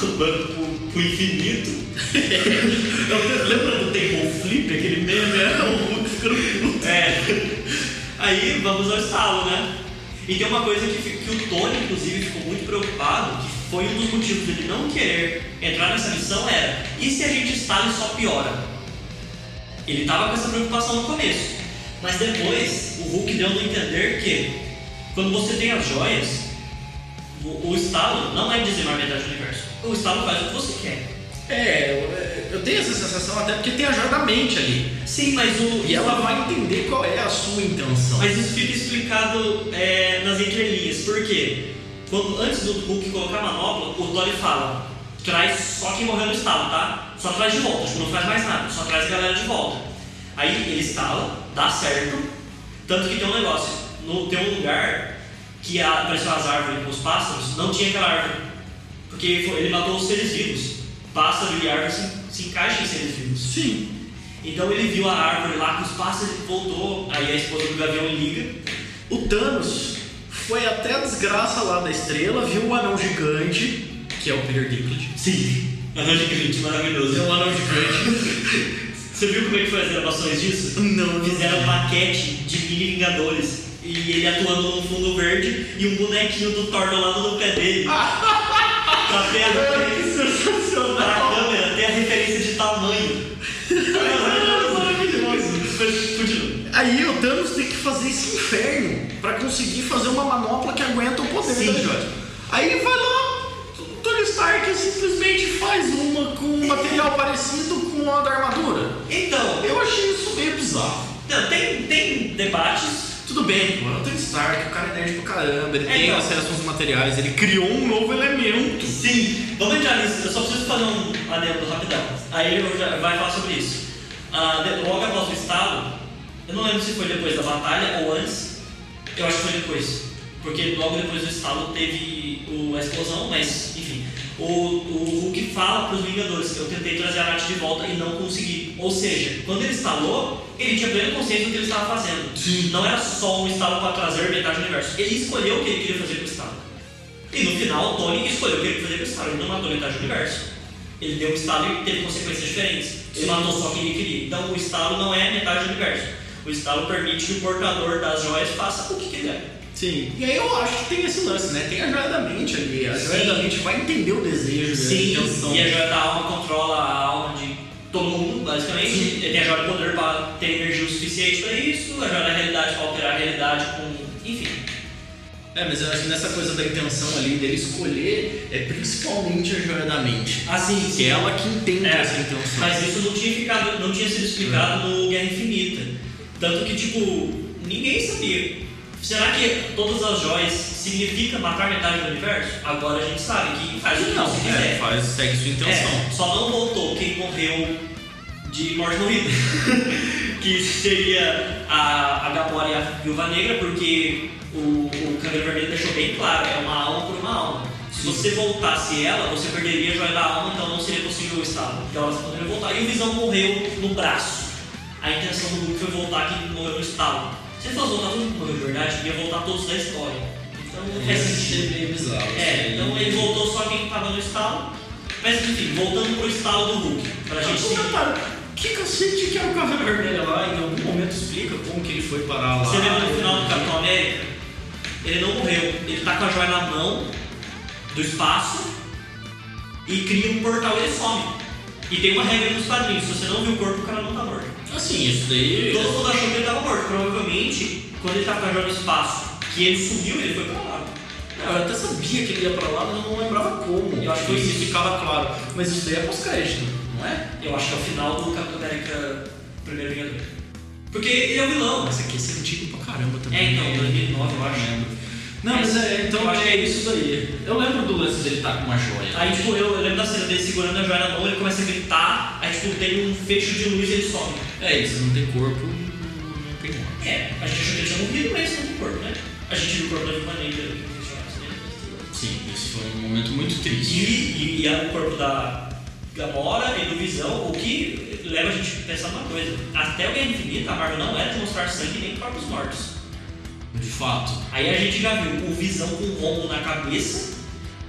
o banco pro, pro infinito. Então, Lembra do Table Flip, aquele meme? né? Era o Hulk ficando É. Aí vamos ao estalo, né? E tem uma coisa que, fi- que o Tony, inclusive, ficou muito preocupado, que foi um dos motivos dele não querer entrar nessa missão era, e se a gente estala e só piora? Ele tava com essa preocupação no começo. Mas depois o Hulk deu a entender que quando você tem as joias, o, o estalo não é dizimar metade do universo. O estalo faz o que você quer. É, eu- eu tenho essa sensação até porque tem a joia da mente ali. Sim, mas o. E ela vai entender qual é a sua intenção. Mas isso fica explicado é, nas entrelinhas, porque quando, antes do Hulk colocar a manopla, o Tony fala, traz só quem morreu no estalo, tá? Só traz de volta, tipo, não faz mais nada, só traz a galera de volta. Aí ele estala, dá certo, tanto que tem um negócio, no, tem um lugar que a- apareceu as árvores com os pássaros, não tinha aquela árvore, porque foi- ele matou os seres vivos. Pássaro e árvore se, se encaixam em seres vivos. Sim. Então ele viu a árvore lá com os pássaros e voltou. Aí a esposa do Gavião liga. O Thanos foi até a desgraça lá da estrela, viu o anão gigante, que é o Peter Dinklage. Sim. É um Anão gigante, Viu maravilhoso. um anão gigante. Você viu como é que foi as gravações disso? Não, Fizeram um maquete de mini Vingadores. E ele atuando no fundo verde e um bonequinho do Thor do lado do pé dele. Pra ter a, pra sensacional. câmera, ter a referência de tamanho. Mas, continua. Aí o Thanos tem que fazer esse inferno pra conseguir fazer uma manopla que aguenta o poder Sim. da joia. Aí vai lá, o Tony Stark simplesmente faz uma com um material parecido com a da armadura. Então, Eu achei isso meio bizarro. não, tem, tem debates Tudo bem, pô, é o Tony Stark, o cara é nerd pra caramba, ele É, tem então. acesso aos materiais, ele criou um novo elemento. Sim, vamos entrar nisso. Eu só preciso fazer um adendo rapidão. Aí eu já vai falar sobre isso. Ah, de- logo após o estalo, eu não lembro se foi depois da batalha ou antes. Eu acho que foi depois. Porque logo depois do estalo teve o, a explosão, mas enfim. O, o Hulk fala para os Vingadores que eu tentei trazer a Nath de volta e não consegui. Ou seja, quando ele estalou, ele tinha plena consciência do que ele estava fazendo. Sim. Não era só um estalo para trazer metade do universo. Ele escolheu o que ele queria fazer com o estalo. E no final, o Tony escolheu o que ele queria fazer com o Star. Ele não matou metade do universo. Ele deu um estalo e teve consequências diferentes. Ele Sim. matou só quem ele queria. Então, o estalo não é metade do universo. O estalo permite que o portador das joias faça o que quiser. Sim. E aí eu acho que tem esse lance, né? Tem a joia da mente ali. A joia Sim. da mente vai entender o desejo, né? a intenção. um E a joia da alma controla a alma de todo mundo, basicamente. Sim. Ele tem a joia do poder para ter energia o suficiente para isso. A joia da realidade para alterar a realidade com. Enfim. É, mas eu acho que nessa coisa da intenção ali dele escolher é principalmente a joia da mente. Assim, Que é ela que entende É, essa intenção. Mas isso não tinha, ficado, não tinha sido explicado É. no Guerra Infinita. Tanto que, tipo, ninguém sabia. Será que todas as joias significa matar metade do universo? Agora a gente sabe que faz o que não, você é, quiser. faz, segue sua intenção. É, só não voltou quem morreu de morte morrida. que seria a, a Gamora e a Viúva Negra, porque o, o Câmara Vermelho deixou bem claro, é uma alma por uma alma. Se você voltasse ela, você perderia a joia da alma, então não seria possível o estado. Então elas poderiam voltar. E o Visão morreu no braço. A intenção do Hulk foi voltar quem morreu no estado. Se ele fosse voltar todo mundo que morreu de verdade, ia voltar todos da história. Então não faz sentido. meio bizarro. assim. É, então ele voltou só quem tava no estalo. Mas enfim, voltando pro estalo do Hulk. Pra gente seguir. que cacete que é o Caveira Vermelha lá? Em algum momento explica como que ele foi parar lá. Você lembra no final do Capitão América? Ele não morreu. Ele tá com a joia na mão do espaço e cria um portal e ele some. E tem uma regra nos quadrinhos, se você não viu o corpo, o cara não tá morto. Assim, isso daí. Todo mundo achou que ele tava morto. Provavelmente, quando ele tava com a joia no espaço, que ele sumiu, ele foi pra lá. Não, eu até sabia que ele ia pra lá, mas eu não lembrava como. Eu acho que ficava claro. Mas isso daí é pós-crédito, não é? Eu acho que é o final do Capitão América primeiro Vingador. Porque ele é o vilão. Mas aqui esse é antigo pra caramba também. É, então, né? 2009, eu acho. Não, mas é, então Eu acho é isso daí. Eu lembro do lance dele estar com uma joia. Aí, tipo, eu, eu lembro da cena dele segurando a joia na mão, ele começa a gritar, aí, tipo, tem um fecho de luz e ele some. É isso, não tem corpo, não tem nada. É, a gente achou que ele tinha morrido, mas não tem corpo, né? A gente viu o corpo da Viva Negra, que a gente achou, né? Sim, esse foi um momento muito triste. E, e, e o corpo da Gamora e do Visão, o que leva a gente a pensar numa coisa. Até o Guerra Infinita, a Marvel não era de mostrar sangue nem corpos mortos. De fato. Aí a gente já viu o Visão com o rombo na cabeça,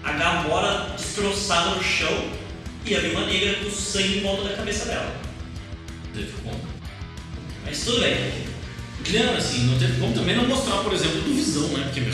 a Gamora destroçada no chão e a Viva Negra com sangue em volta da cabeça dela. Teve como. Mas tudo bem. Não, assim, não teve como também não mostrar, por exemplo, do Visão, né? Porque, meu.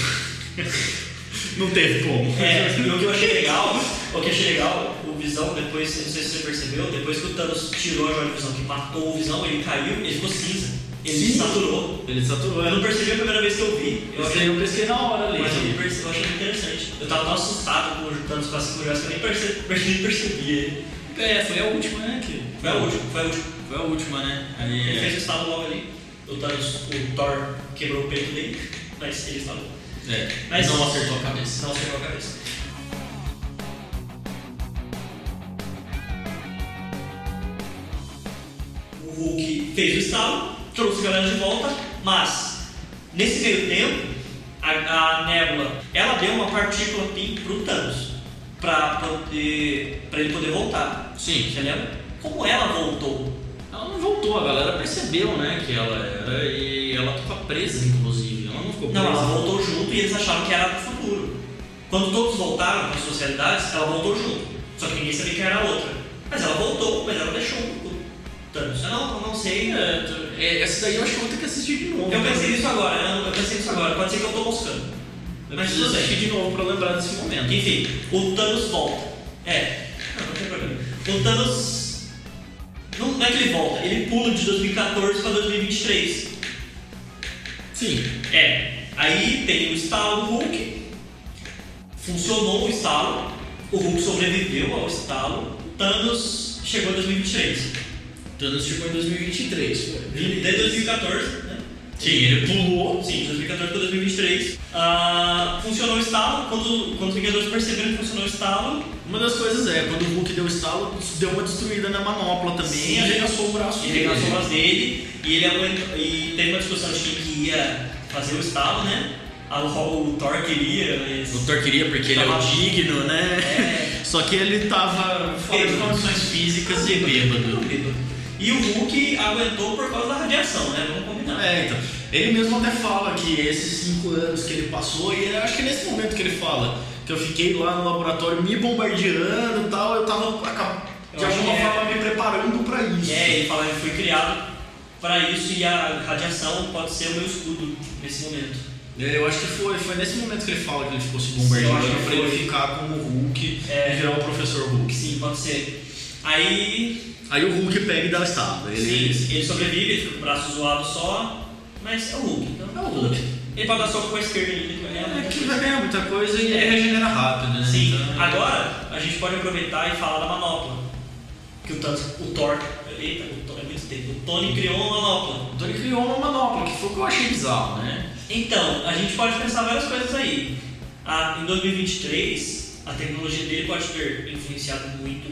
não teve como. É, e o que eu achei legal, o que eu achei legal, o Visão depois, não sei se você percebeu, depois que o Thanos tirou a joia do Visão, que matou o Visão, ele caiu, ele ficou cinza. Ele Cinza? saturou. Ele saturou, Eu eu não percebi a primeira vez que eu vi. Eu Eu achei, sei, eu pesquei na hora ali. mas eu, perce- eu achei interessante. Eu tava tão assustado com o Thanos com a segurança que eu nem percebi, percebi, percebi. É, foi a última, né? Que... Foi a última, foi a última. Foi a última, né? Ele fez Aí, o estado logo ali. O Thanos, o Thor quebrou o peito dele, mas ele estalou. é. é. Mas- não acertou a cabeça. Não chegou a cabeça. O Hulk fez o estalo, trouxe a galera de volta, mas nesse meio tempo, a, a Nebula, ela deu uma partícula PIN pro Thanos, pra, poder, pra ele poder voltar. Sim. Você lembra? Como ela voltou? Então, Ela não voltou, a galera percebeu, né? Que ela era e ela tava presa, inclusive. Ela não ficou presa. Não, ela voltou junto e eles acharam que era do futuro. Quando todos voltaram para suas realidades, ela voltou junto. Só que ninguém sabia que era a outra. Mas ela voltou, mas ela deixou o Thanos. Eu não, eu não sei. né? É, tu- é, essa daí eu acho que eu vou ter que assistir de novo. né? Eu pensei nisso agora, né? eu eu pensei nisso agora. Pode ser que eu tô buscando. Eu mas preciso tudo bem. assistir de novo pra lembrar desse momento. Enfim, o Thanos volta. É, não, não tem problema. O Thanos. Não, não é que ele volta, ele pula de 2014 para 2023. Sim. É, aí tem o estalo do Hulk, funcionou o estalo, o Hulk sobreviveu ao estalo, Thanos chegou em 2023. Thanos chegou Então, em 2023, foi. Desde 2014, né? Sim, ele pulou. Sim, de 2014 para 2023. Ah, funcionou o estalo, quando, quando os Vingadores perceberam que funcionou o estalo, Uma das coisas é, quando o Hulk deu o estalo, deu uma destruída na manopla também Sim. e arregaçou o braço. e pegaram as dele. sombras dele, e ele aguentou, e teve uma discussão de quem que ia fazer o estalo, né? Ah, O, o Thor queria, mas... é, O Thor queria porque ele é o digno, né? Só que ele tava fora de Bêbado. condições físicas e bêbado. E o Hulk aguentou por causa da radiação, né? Vamos combinar. É, então. Ele mesmo até fala que esses cinco anos que ele passou, e eu acho que é nesse momento que ele fala, que eu fiquei lá no laboratório me bombardeando e tal, eu tava aca- de Eu acho alguma que é. forma me preparando pra isso. É, ele fala que foi criado pra isso e a radiação pode ser o meu escudo nesse momento. É, Eu acho que foi, foi nesse momento que ele fala que ele ficou se bombardeando Eu acho que pra ele foi. ficar como Hulk É. e virar o professor Hulk. Sim, pode ser. Aí, Aí o Hulk pega e dá o estado. Ele, é sim, ele sobrevive, ele fica com o braço zoado só, mas é o Hulk. Então, É o Hulk. Ele pode dar só com a esquerda ainda, que vai ganhar É muito. que vai ganhar muita coisa e ele regenera rápido, né? É. Sim, Então- agora a gente pode aproveitar e falar da manopla. Que o, Thanos- o Thor. Eita, o Thor é muito tempo. O Tony criou uma manopla. Então ele criou uma manopla, que foi o que eu achei bizarro, né? Então, a gente pode pensar várias coisas aí. Ah, em 2023, a tecnologia dele pode ter influenciado muito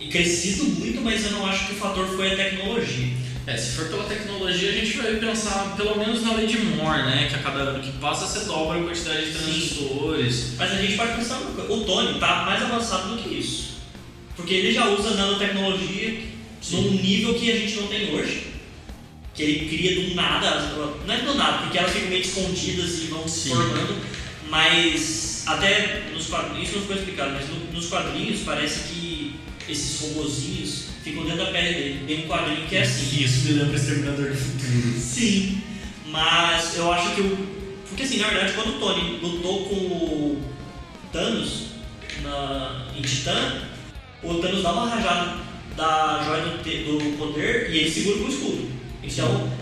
e crescido muito, mas eu não acho que o fator foi a tecnologia. É, se for pela tecnologia, a gente vai pensar pelo menos na lei de Moore, né? Que a cada ano que passa você dobra a quantidade de transistores. Mas a gente pode pensar numa coisa. O Tony tá mais avançado do que isso. Porque ele já usa nanotecnologia num nível que a gente não tem hoje. Que ele cria do nada, não é do nada, porque elas ficam meio escondidas e vão se Sim. formando, mas até nos quadrinhos, isso não foi explicado, mas no- nos quadrinhos parece que esses robozinhos ficam dentro da pele dele. Tem um quadrinho que é assim. Isso me lembra Exterminador do Futuro. Sim, mas eu acho que o. Porque assim, na verdade, quando o Tony lutou com o Thanos na, em Titã, o Thanos dá uma rajada da joia do, te- do poder e ele segura com o escudo. Então,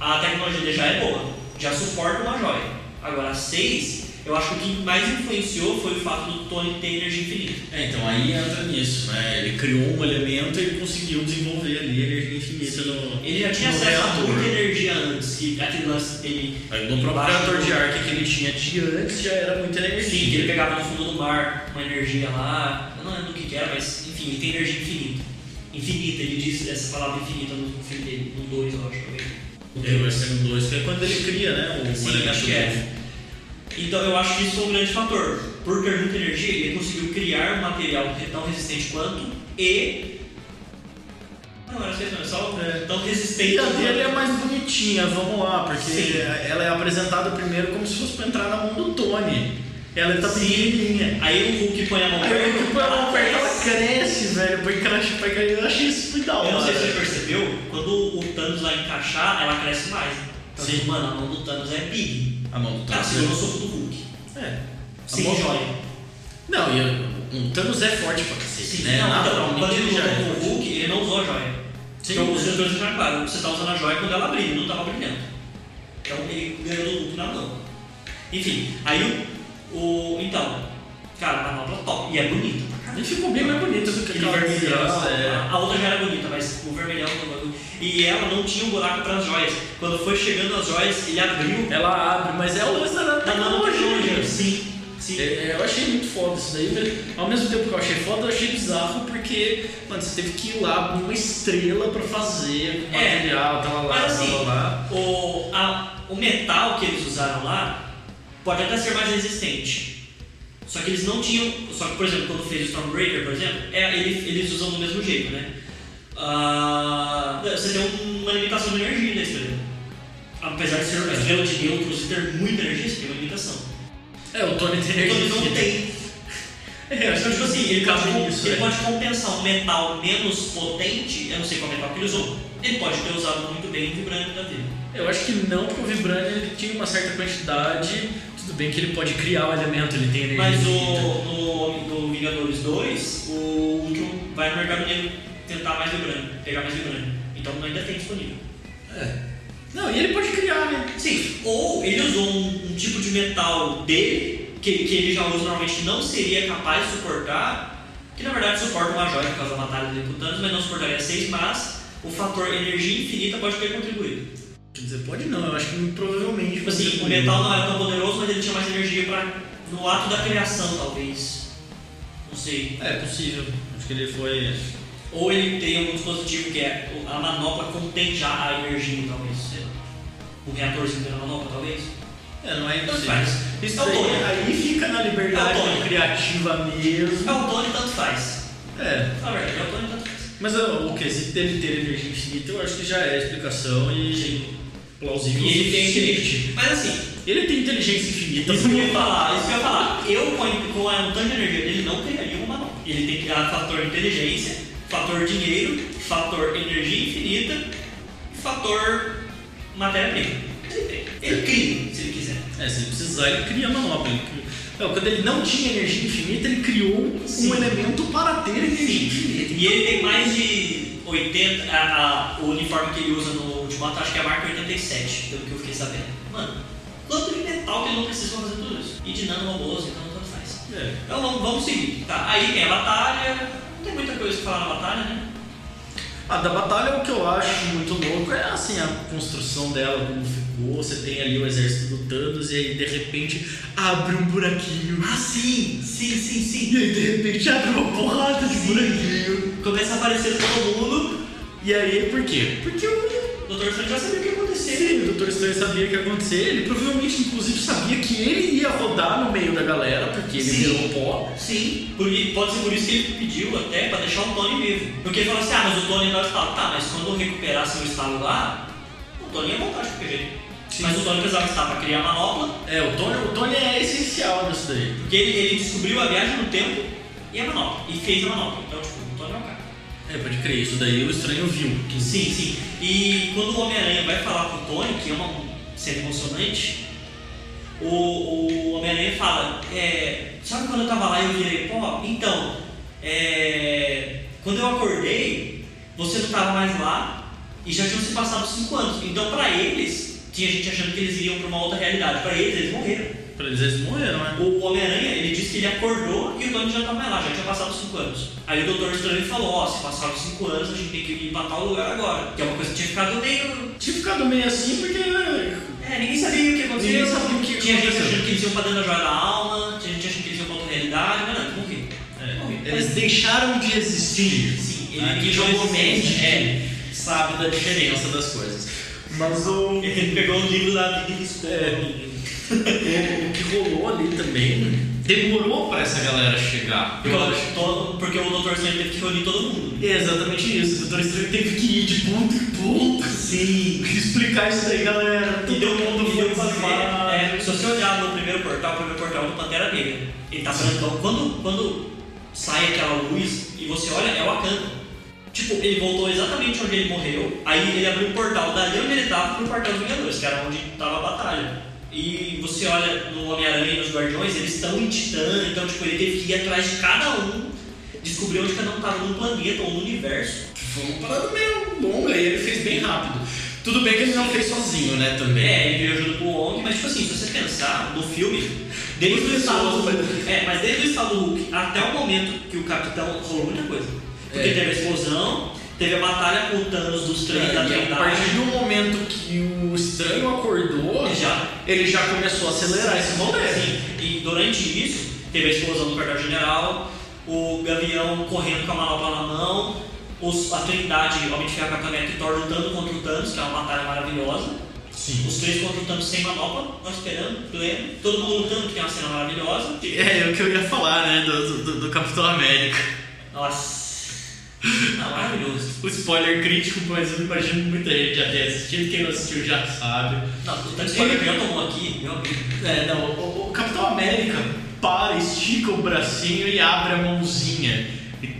a tecnologia dele já é boa, já suporta uma joia. Agora, a 6, Eu acho que o que mais influenciou foi o fato do Tony ter energia infinita. É, então aí entra nisso, né? Ele criou um elemento e ele conseguiu desenvolver ali é a energia infinita no. Ele já tinha no acesso a reator. muita energia antes, que aquele lance ele. Aí No próprio reator de arco que ele tinha de antes já era muita energia. Sim, que ele pegava no fundo do mar uma energia lá, eu não lembro o que, que era, mas enfim, ele tem energia infinita. Infinita, ele diz essa palavra infinita no filme dele, no 2, eu acho também. No Ele vai dois. sendo dois, que é quando ele cria, né? O Sim, elemento acho que é. novo. Então eu acho que isso foi um grande fator. Por ter muita energia, ele conseguiu criar um material tão resistente quanto e. Não, era seis, não, é só É. tão resistente E a quanto. dele é mais bonitinha, vamos lá, porque Sim. ela é apresentada primeiro como se fosse pra entrar na mão do Tony. Ela tá Sim. pequenininha. Aí o Hulk põe a mão Aí perto, o tipo, ela aperta, ela faz. cresce, velho, põe crash pra ganhar. Eu achei isso muito da hora. Eu não sei se você percebeu, quando o Thanos vai encaixar, ela cresce mais. Então, Sim. mano, a mão do Thanos é big. A mão do Tá segurando o soco do Hulk. É. Sim, mão- joia. Não, e o- o Thanos é forte pra cacete, Sim, né? não, então, Naturalmente quando ele ele já é lutou com o forte. Hulk, ele não usou a joia. Sim. então os editores ficaram claro, você tá usando a joia quando ela brilha, não tava brilhando. Então ele ganhou do Hulk na mão. Enfim, aí o. o- então, cara, a manopla top. E é bonita pra caramba. Ele ficou bem mais bonito do que Aquele aquela vermelhão, criança, é. assim, a- a outra já era bonita, mas o vermelhão não bagulho. E ela não tinha um buraco para as joias. Quando foi chegando as joias, ele abriu. tá Ela abre, mas é o lance da Da nanotecnologia. tecnologia. Sim, sim. É, Eu achei muito foda isso daí, velho. Ao mesmo tempo que eu achei foda, eu achei bizarro porque, mano, você teve que ir lá numa estrela pra fazer com É. material, tava lá, Mas tava assim, lá. o, a- o metal que eles usaram lá pode até ser mais resistente. Só que eles não tinham. Só que, por exemplo, quando fez o Stormbreaker, por exemplo, é, ele- eles usam do mesmo jeito, né? Ah, você tem uma limitação de energia da estrela. Apesar de ser uma estrela de nêutrons e ter muita energia, você tem uma limitação. É, o Tony tem Então ele energia. né? não tem. É, eu acho Então, tipo assim, ele pode, acabou com- isso, ele é. pode compensar um metal menos potente, eu não sei qual metal que ele usou, ele pode ter usado muito bem o vibrante da vida. Eu acho que não, porque o Vibranium ele tinha uma certa quantidade. Tudo bem que ele pode criar o elemento, ele tem energia. então, Mas infinita. o, no, no Vingadores 2, o Ultron vai no mercado negro tentar mais vibrante, pegar mais vibrante. Então ainda tem disponível. É. Não, e ele pode criar, né? Sim, ou ele usou um, um tipo de metal dele, que, que ele já usa normalmente que não seria capaz de suportar, que na verdade suporta uma joia por causa da batalha dele com o Thanos, mas não suportaria seis, mas o fator energia infinita pode ter contribuído. Quer dizer, pode não, eu acho que provavelmente. Tipo assim, o pode. metal não era tão poderoso, mas ele tinha mais energia pra, no ato da criação, talvez. Não sei. É possível. Acho que ele foi. Ou ele tem algum dispositivo que é a manopla contém já a energia, talvez, sei lá. O reatorzinho da manopla, talvez. É, não é Tanto impossível. faz. Isso É o Tony. aí, aí fica na liberdade É o Tony. criativa mesmo. É o Tony, tanto faz. É. Na verdade, é o Tony, tanto faz. Mas ó, o quesito dele ter energia infinita, eu acho que já é a explicação e plausível. E ele o tem suficiente. inteligência. Mas assim, Ele tem inteligência infinita. isso que eu ia porque- falar, isso que eu ia falar. Eu, com, a- com a- o tanto de energia dele, não criaria uma manopla. Ele tem que criar fator inteligência, fator dinheiro, fator energia infinita e fator matéria-prima. Ele tem. Ele cria, se ele quiser. É, se ele precisar, ele cria a manopla. Ele cria- Não, quando ele não tinha energia infinita, ele criou Sim. um elemento para ter energia infinita. E ele tem mais de 80. A, a- o uniforme que ele usa no Ultimato, acho que é a marca 87, pelo que eu fiquei sabendo. Mano, quanto de metal que ele não precisa pra fazer tudo isso? E de nanorobôs, então tanto faz. É. Então vamos, vamos seguir. Tá, aí tem a batalha. Não tem muita coisa que falar na batalha, né? A Ah, da batalha, o que eu acho muito louco é assim, a construção dela, como ficou, você tem ali o exército do Thanos e aí de repente abre um buraquinho. Ah, sim, sim, sim, sim. E aí de repente abre uma porrada de buraquinho. Começa a aparecer todo mundo. E aí por quê? Porque o O Dr. Strange já sabia o que ia acontecer. Sim, o Dr. Strange sabia o que ia acontecer, ele provavelmente inclusive sabia que ele ia rodar no meio da galera, porque ele Sim. virou pó. Sim, por, i- pode ser por isso que ele pediu até pra deixar o Tony vivo. Porque ele falou assim, ah, mas o Tony vai estalo. Tá, mas quando eu recuperar seu estalo lá, o Tony ia voltar de qualquer jeito. Sim. Mas o Tony precisava estar pra criar a manopla, É, o Tony, o Tony é essencial nisso daí. porque ele, ele descobriu a viagem no tempo e a manopla. E fez a manopla. Então, tipo, o Tony é o cara. É, pode crer, isso daí o estranho viu. que- Sim, sim. E quando o Homem-Aranha vai falar com o Tony, que é uma cena emocionante, o, o Homem-Aranha fala, é, sabe quando eu tava lá e eu virei pó? Então, é, quando eu acordei, você não tava mais lá e já tinham se passado 5 anos. Então pra eles, tinha gente achando que eles iriam pra uma outra realidade. Pra eles, eles morreram. Pra eles, eles morreram, né? O Homem-Aranha, ele disse que ele acordou e o Tony já tava lá, já tinha passado 5 anos. Aí o Doutor Estranho falou, ó, se passaram 5 anos, a gente tem que ir pra tal lugar agora. Que é uma coisa que tinha ficado meio... Tinha ficado meio assim porque. né, É, ninguém sabia o que aconteceu. Ninguém sabia o que Tinha gente aconteceu. achando que eles iam pra dentro da joia da alma, tinha gente achando que eles iam pra outra realidade, mas não, morri. é, eles deixaram de existir. Sim, ele Aqui pediu jogou existência, mente, é. sabe da diferença das coisas. Mas o. Ele pegou o livro da vida e riscou. É. o, o que rolou ali também demorou pra essa galera chegar. Porque, o todo- porque o Doutor Estranho teve que reunir todo mundo. É exatamente isso. O Doutor Estranho teve que ir de ponto em ponto. Sim. Explicar isso aí, galera. E deu Todo mundo foi fazer. falar. É, se você olhar no primeiro portal, o primeiro portal é o do Pantera Negra. Ele tá brancão. Quando, quando sai aquela luz e você olha, é o Wakanda. Tipo, ele voltou exatamente onde ele morreu. Aí ele abriu o portal dali onde ele tava pro portal dos Vingadores, que era onde tava a batalha. E você olha no Homem-Aranha e nos Guardiões, eles estão em Titã, então tipo, ele teve que ir atrás de cada um, descobrir onde cada um tava no planeta ou no universo. Foi uma parada meio é um longa e ele fez bem rápido. Tudo bem que ele não fez sozinho, né, também. É, ele veio junto com o Wong, mas tipo assim, se você pensar no filme, desde o Muito estado do pessoal, Hulk, é, mas desde o estado do Hulk até o momento que o Capitão rolou muita coisa. Porque É. teve a explosão, teve a batalha com o Thanos dos três da E é um a Trindade, partir do momento que o estranho acordou, ele já ele já começou a acelerar esse rolê. Sim, e durante isso, teve a explosão do quartel general, o Gavião correndo com a manopla na mão, os, a Trindade, Homem de Ferro, Cacaneca e Thor lutando contra o Thanos, que é uma batalha maravilhosa. Sim. Os três contra o Thanos sem manopla, nós esperando, pleno, todo mundo lutando, que é uma cena maravilhosa. É, é o que eu ia falar, né, do, do, do Capitão América. Nossa, tá maravilhoso. O spoiler crítico, mas eu imagino que muita gente já tenha assistido, quem não assistiu já sabe. Não, o Thanos que já tomou aqui, meu amigo. É, não, o, o Capitão América para, estica o bracinho e abre a mãozinha. E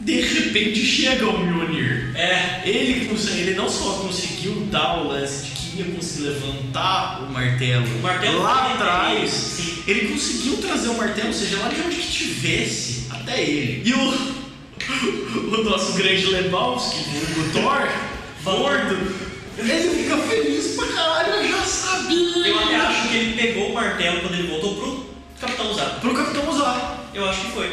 de repente chega o Mjolnir. É, Ele, consegue- ele não só conseguiu dar o lance de que ia conseguir levantar o martelo, é o martelo lá dele, atrás, Sim. ele conseguiu trazer o martelo, seja lá de onde que tivesse, até ele. E o, o nosso grande Lebowski, o Thor, gordo, ele fica feliz pra caralho, eu já sabia. Eu até acho que ele pegou o martelo quando ele voltou pro Capitão Usado. Pro Capitão usar. Eu acho que foi.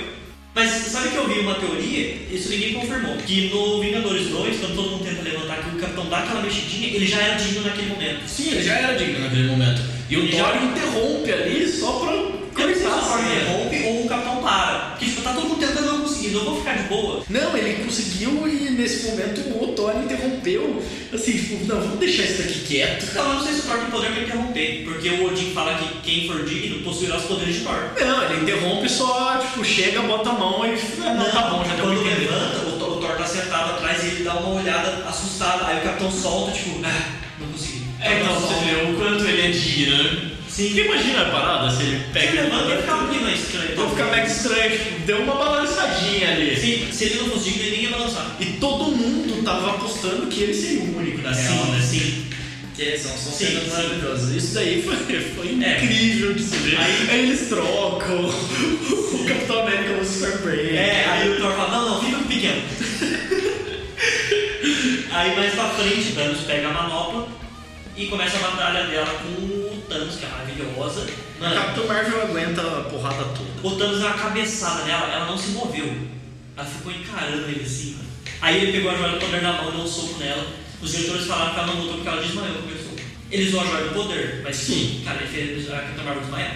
Mas sabe que eu vi uma teoria? Isso ninguém confirmou. Que no Vingadores 2, quando todo mundo tenta levantar que o Capitão dá aquela mexidinha, ele já era digno naquele momento. Sim, ele já era digno naquele momento. E o Ele Thor já- interrompe ali só pra né? Eu coisar não sei se o a Thor cena. interrompe ou o Capitão para. Porque tipo, tá todo mundo tentando não conseguir, não vou ficar de boa. Não, ele conseguiu e nesse momento o Tony interrompeu. Assim, tipo, não, vamos deixar isso daqui quieto. Então eu não sei se o Thor tem poder pra interromper. Porque o Odin fala que quem for digno possuirá os poderes de Thor. Não, ele interrompe só, tipo, chega, bota a mão e. Ah, não, tá bom, já deu pra Quando entender. levanta, o Thor, o Thor tá sentado atrás e ele dá uma olhada assustada. Aí o Capitão solta, tipo, ah, não consegui. É, então, Capitão você solta. vê o quanto ele é digno. Sim. Você imagina a parada se ele Se pega levanta, ele fica muito mais estranho. Então fica mega estranho, tipo, deu uma balançadinha ali. Se, se ele não fosse digno, ele nem ia balançar. E todo mundo tava apostando que ele seria o único da real, né? sim. Que são, são Sim, cenas sim. maravilhosas. Isso daí foi, foi É. incrível de se ver. Aí, eles trocam. O Capitão América usa o Super Brain. É, aí o Thor fala, não, não, fica com o pequeno. aí mais pra frente, Thanos pega a manopla e começa a batalha dela com o Thanos, que é maravilhosa. O Mano, Capitão Marvel aguenta a porrada toda. o Thanos deu uma cabeçada nela, ela não se moveu. Ela ficou encarando ele assim, mano. Aí ele pegou a joia do poder na mão e deu um soco nela. Os diretores falaram que ela não voltou porque ela desmaiou, começou. Ele usou a joia do poder, mas sim, cara, ele fez a Capitã Marvel desmaiar.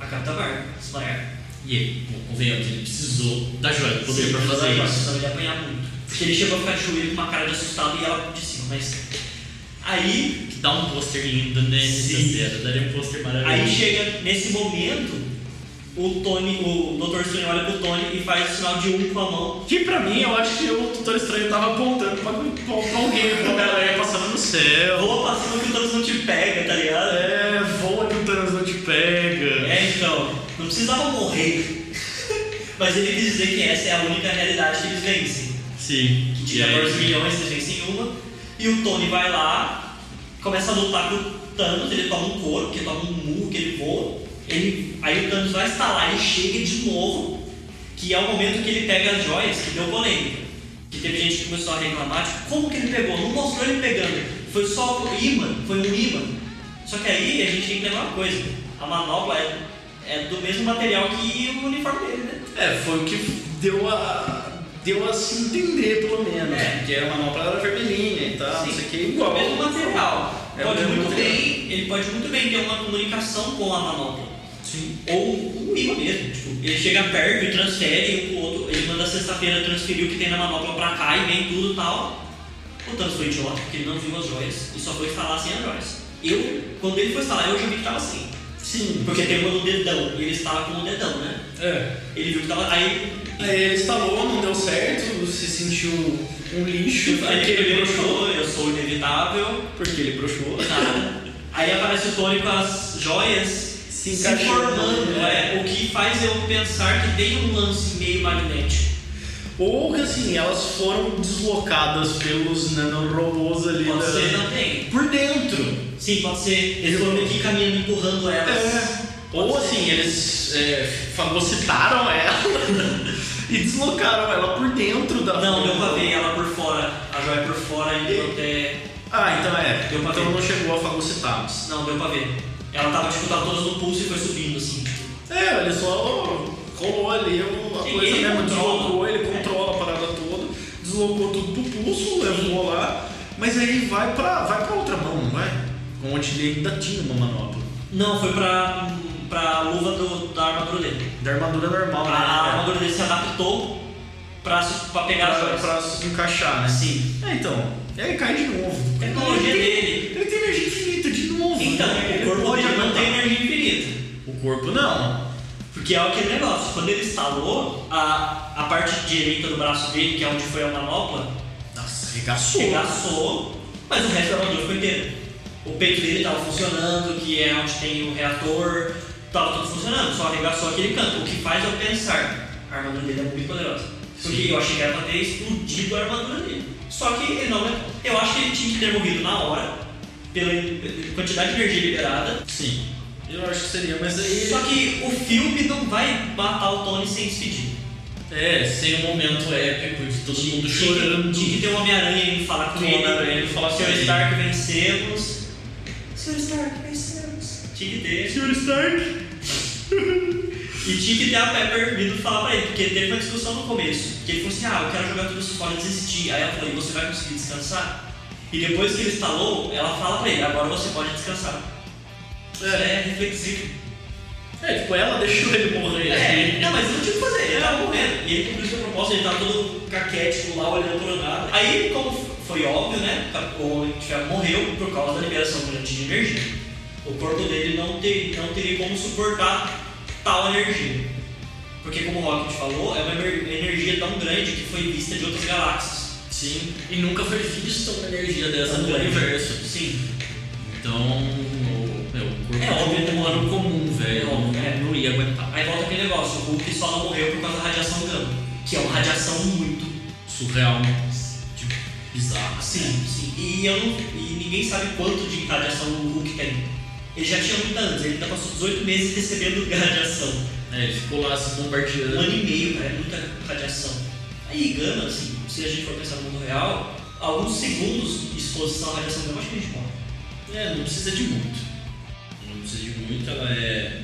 A Capitã Marvel desmaiar. E ele, bom, convenhamos, ele precisou da joia do poder Sim, pra fazer então ele isso. ia apanhar muito. Porque ele chegou a ficar de joelho com uma cara de assustado e ela de cima, mas. Aí, Que dá um pôster lindo, né? Sim. Sincero, daria um pôster maravilhoso. aí chega nesse momento, o Tony, o Dr. Strange olha pro Tony e faz o sinal de um com a mão. Que pra mim, eu acho que o Doutor Estranho tava apontando pra, pra, pra alguém, pra galera passando no céu. Voa pra cima que o Thanos não te pega, tá ligado? É, voa que o Thanos não te pega. É, então, não precisava morrer. Mas ele quis dizer que essa é a única realidade que eles vencem. Sim. que E tinha aí- 14 milhões, vocês vencem uma. E o Tony vai lá, começa a lutar com o Thanos, ele toma um couro, que ele toma um murro, que ele voa. Ele, aí o Thanos vai instalar, ele chega de novo, que é o momento que ele pega as joias, que deu polêmica. Que teve gente que começou a reclamar, tipo, como que ele pegou? Não mostrou ele pegando. Foi só o imã, foi um imã. Só que aí a gente tem que lembrar uma coisa. a manopla é, é do mesmo material que o uniforme dele, né? É, foi o que deu a. deu a se entender, pelo menos. É. Porque a manopla era vermelhinha e tal, Sim. não sei o que, É o igual. mesmo material. É o pode mesmo muito material. bem, ele pode muito bem ter uma comunicação com a manopla. Sim. Ou o imã mesmo. Tipo, ele chega perto e transfere um pro outro. Ele manda sexta-feira transferir o que tem na manopla pra cá e vem tudo e tal. O Thanos foi idiota, porque ele não viu as joias e só foi instalar sem as joias. Eu, quando ele foi instalar, eu já vi que tava assim. Sim. Porque tem uma no dedão, e ele estava com o dedão, né? É. Ele viu que tava. Aí Aí ele instalou, não deu certo, se sentiu um lixo, porque ele ele broxou. broxou, eu sou inevitável. Porque ele broxou. Tá. Aí aparece o Tony com as joias Se encaixando, formando, né? é, o que faz eu pensar que tem um lance meio magnético. Ou que assim, elas foram deslocadas pelos nanorobôs ali Pode da- ser, não tem. por dentro. Sim, pode ser. Eles foram aqui caminhando, empurrando elas. Ou assim, eles é, fagocitaram ela e deslocaram ela por dentro da. Não, deu pra ver ela por fora, a joia por fora e deu até. Ah, então é. Deu pra então ver. não chegou a fagocitarmos. Não, deu pra ver. Ela tava, tipo, tava todas no pulso e foi subindo, assim. tipo. É, ele só colou ali uma Sim, coisa ele mesmo, controla. deslocou, ele controla a parada toda, deslocou tudo pro pulso, levou lá, mas aí vai pra, vai pra outra mão, não vai? Onde ele ainda tinha uma manopla. Não, foi pra, pra luva do- da armadura dele. Da armadura normal, A né? armadura dele se adaptou pra, su- pra pegar as Pra, joias. pra se encaixar, né? Sim. É, então, e aí cai de novo. Tecnologia Ele tem- dele. Ele tem energia infinita de novo. Então, né? o Ele corpo pode dele não aguentar. tem energia infinita. O corpo não. Porque é aquele negócio, quando ele instalou, a, a parte direita do braço dele, que é onde foi a manopla, Nossa, arregaçou. regaçou, mas o resto é da armadura ficou inteiro. O peito dele estava funcionando, que é onde tem o reator, estava tudo funcionando, só arregaçou aquele canto. O que faz eu pensar, a armadura dele é muito poderosa. Porque eu achei que era pra ter explodido a armadura dele. Só que ele não aguentou. Eu acho que ele tinha que ter morrido na hora, pela pela quantidade de energia liberada. Sim. Eu acho que seria, mas aí. Só que o filme não vai matar o Tony sem despedir. É, sem um momento épico de todo mundo Tinha que- Tinha que ter um Homem-Aranha indo falar com Um ele. Homem-Aranha indo falar com Senhor ele. Stark, vencemos. Senhor Stark, vencemos. Tinha que ter. Sr. Stark? E tinha que ter a Pepper vindo falar pra ele, porque teve uma discussão no começo. Que ele falou assim: ah, eu quero jogar tudo isso fora e desistir. Aí ela falou: e você vai conseguir descansar? E depois que ele instalou, ela fala pra ele: agora você pode descansar. Isso É. é reflexivo. É, tipo, ela deixou ele morrer. assim. É, não, mas não tinha o que fazer, ele tava morrendo. E ele cumpriu sua proposta, ele tava todo caquético lá, olhando pra nada. Aí, como foi óbvio, né? O homem que já morreu por causa da liberação grande de energia. O corpo dele não, ter, não teria como suportar tal energia. Porque, como o Rocket falou, é uma emer- energia tão grande que foi vista de outras galáxias. Sim, e nunca foi vista uma energia dessa Tão no grande. é um universo. Sim. Então, o- meu, o corpo É óbvio, de um humano comum, velho, É óbvio, é. né? não ia aguentar. Aí volta aquele negócio: o Hulk só não morreu por causa da radiação gama, que é uma radiação muito Surreal, tipo, bizarro. Sim, sim. E, eu não- e ninguém sabe quanto de radiação o Hulk tem. Ele já tinha muitos anos, ele tá ainda passou 18 meses recebendo radiação. É, ele ficou lá se Um ano bombardeando. e meio, cara, é muita radiação. Aí gama, assim, se a gente for pensar no mundo real, alguns segundos de exposição à radiação gama, acho que a gente morre. É, não precisa de muito. Não precisa de muito, ela é,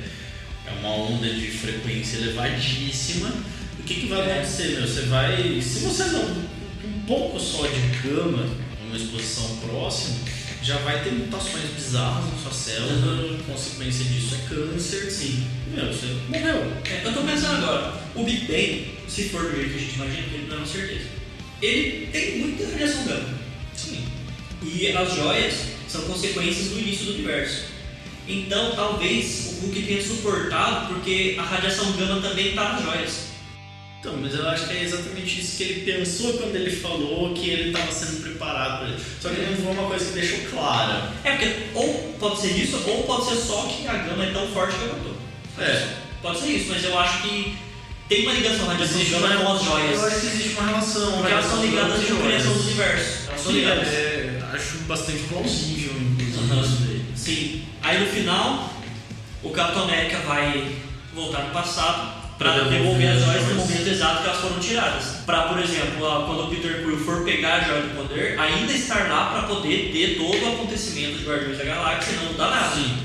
é uma onda de frequência elevadíssima. O que, que vai É. acontecer, meu? Você vai. Se você não. Um pouco só de cama, uma exposição próxima, já vai ter mutações bizarras na sua célula. Consequência disso é câncer. Sim. Meu, você morreu. É, eu tô pensando agora, o Big Bang, se for do jeito que a gente imagina, porque não é uma certeza, ele tem muita radiação gama. Sim. E as joias são consequências do início do universo. Então, talvez o Hulk tenha suportado porque a radiação gama também está nas joias. Então, mas eu acho que é exatamente isso que ele pensou quando ele falou que ele estava sendo preparado para ele. Só que ele não falou uma coisa que deixou clara. É porque ou pode ser isso, ou pode ser só que a gama é tão forte que matou. É. Pode ser isso, mas eu acho que tem uma ligação radiação Existe gama é uma- com as Eu acho joias. que existe é uma relação. Porque elas são ligadas à criação do universo. Elas são Sim, ligadas. é, acho bastante plausível, inclusive, Aham. isso daí. um Sim. Aí no final, o Capitão América vai voltar no passado para Pra devolver devolver as as joias no joias. momento exato que elas foram tiradas. Para, por exemplo, a- quando o Peter Quill for pegar a joia do poder, ainda estar lá para poder ter todo o acontecimento de Guardiões da Galáxia e não mudar nada. Sim.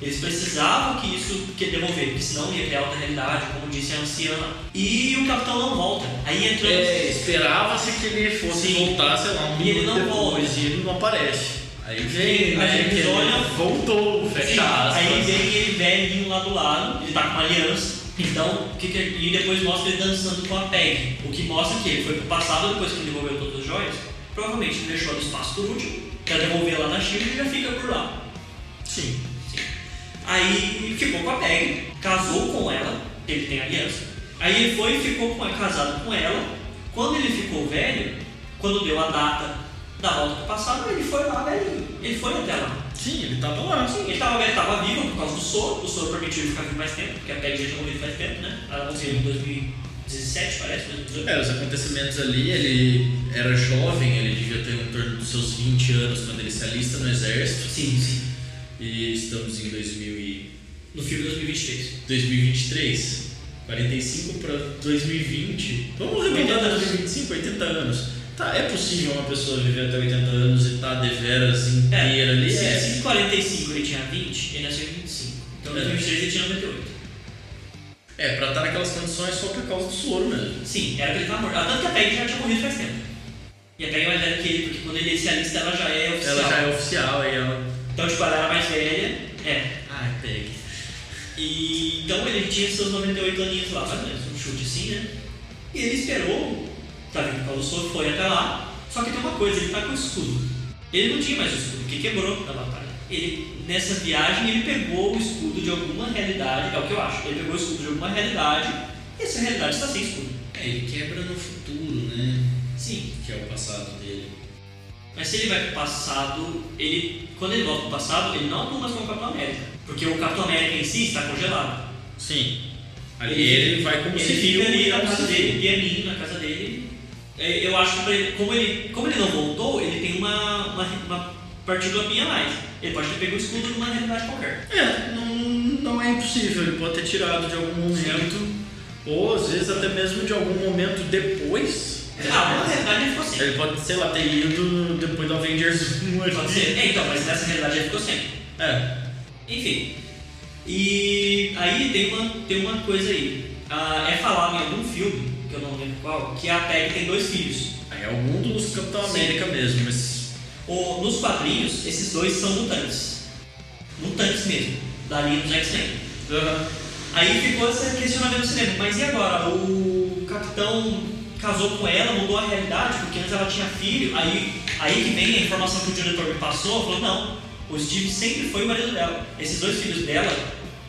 Eles precisavam que isso que devolver, porque senão ia criar outra realidade, como disse a anciã. E o capitão não volta. Aí entramos. É, esperava-se que ele fosse Sim. voltar, sei lá, um E ele minuto não depois volta. e ele não aparece. Aí Sim, vem, né, a gente que ele olha- voltou, Sim, fecha aspas. aí vem ele velhinho lá do lado, ele tá com uma aliança. Então, o que que- e depois mostra ele dançando com a Peg. O que mostra que ele foi pro passado depois que ele devolveu todas as joias. Provavelmente ele deixou no espaço por último, pra devolver lá na China e já fica por lá. Sim. Aí ficou com a Peg, casou com ela, ele tem aliança. Aí ele foi e ficou com- casado com ela. Quando ele ficou velho, quando deu a data da volta do passado, ele foi lá velhinho. Ele foi até lá. Sim, ele tava lá. Sim, ele tava, ele tava vivo por causa do soro, o soro permitiu ele ficar vivo mais tempo, porque a Peg já tinha morrido faz tempo, né? Ela morreu em 2017, parece, 2018. É, os acontecimentos ali, ele era jovem, ele devia ter em torno dos seus 20 anos quando ele se alista no exército. Sim, sim. E estamos em 2000 e- No filme 2023. 2023. 45 para 2020. Vamos 80 arredondar para anos. 2025, 80 anos. Tá, é possível uma pessoa viver até 80 anos e tá deveras inteira ali? se É. se em 45 ele tinha 20, ele nasceu em 25. Então em É. 2023 ele tinha 98. É, pra estar naquelas condições só por causa do soro mesmo. Sim, era pra ele estar morto. Ah, Tanto que a Peg já tinha morrido faz tempo. E a Peg é mais velha que ele, porque quando ele se alista ela já é oficial. Ela já é oficial, aí ela. Então, tipo, ela era mais velha. É, Ai, pegue. E então ele tinha seus 98 aninhos lá, mais ou menos, um chute assim, né? E ele esperou, tá vindo pelo soro, foi até lá. Só que tem uma coisa, ele tá com o escudo. Ele não tinha mais o escudo, que quebrou na batalha. Ele, nessa viagem, ele pegou o escudo de alguma realidade, é o que eu acho. Ele pegou o escudo de alguma realidade, e essa realidade está sem escudo. É, ele quebra no futuro, né? Sim. Que é o passado dele. Mas se ele vai pro passado, ele. Quando ele volta pro passado, ele não atua mais com o Capitão América. Porque o Capitão América em si está congelado. Sim. Ali Ele- ele, vai como É Ele se é fica ali na como casa se- dele, pianinho na casa dele. É, Eu acho que pra ele- como, ele, como ele não voltou, ele tem uma, uma, uma partida minha a mais. Ele pode ter pego o escudo numa realidade qualquer. É, não, não é impossível. Ele pode ter tirado de algum momento, ou às vezes até mesmo de algum momento depois. Ah, mas na realidade ele ficou sem. Ele pode, sei lá, ter ido depois do Avengers 1 ali. Pode ser. É, então, mas nessa realidade ele ficou sem. É. Enfim. E aí tem uma, tem uma coisa aí. Ah, é falado em algum filme, que eu não lembro qual, que a Peg tem dois filhos. Aí é o mundo dos Capitão Sim. América mesmo, mas. O- nos quadrinhos, esses dois são mutantes. Mutantes mesmo. Da linha dos X-Men. Aí ficou esse questionamento no cinema, mas e agora? O capitão casou com ela, mudou a realidade, porque antes ela tinha filho, aí, aí que vem a informação que o diretor me passou, falou, não, o Steve sempre foi o marido dela. Esses dois filhos dela,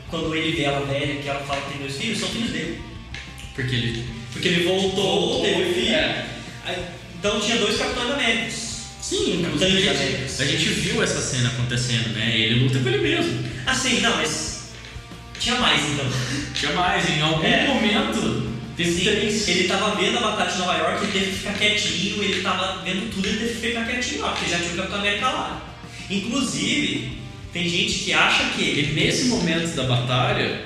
quando ele vê ela velha, que ela fala que tem dois filhos, são filhos dele. Porque ele. Porque ele voltou, teve filho. É. Aí, então tinha dois capitães américos. Sim, Capitão inclusive. A América. gente, a gente viu essa cena acontecendo, né? Ele luta com ele mesmo. Assim, não, mas tinha mais então. Jamais, em algum É. momento. Teve Sim, três. ele tava vendo a batalha de Nova York, ele teve que ficar quietinho, ele tava vendo tudo, ele teve que ficar quietinho lá, porque já tinha o Capitão América lá. Inclusive, tem gente que acha que E ele. nesse momento da batalha,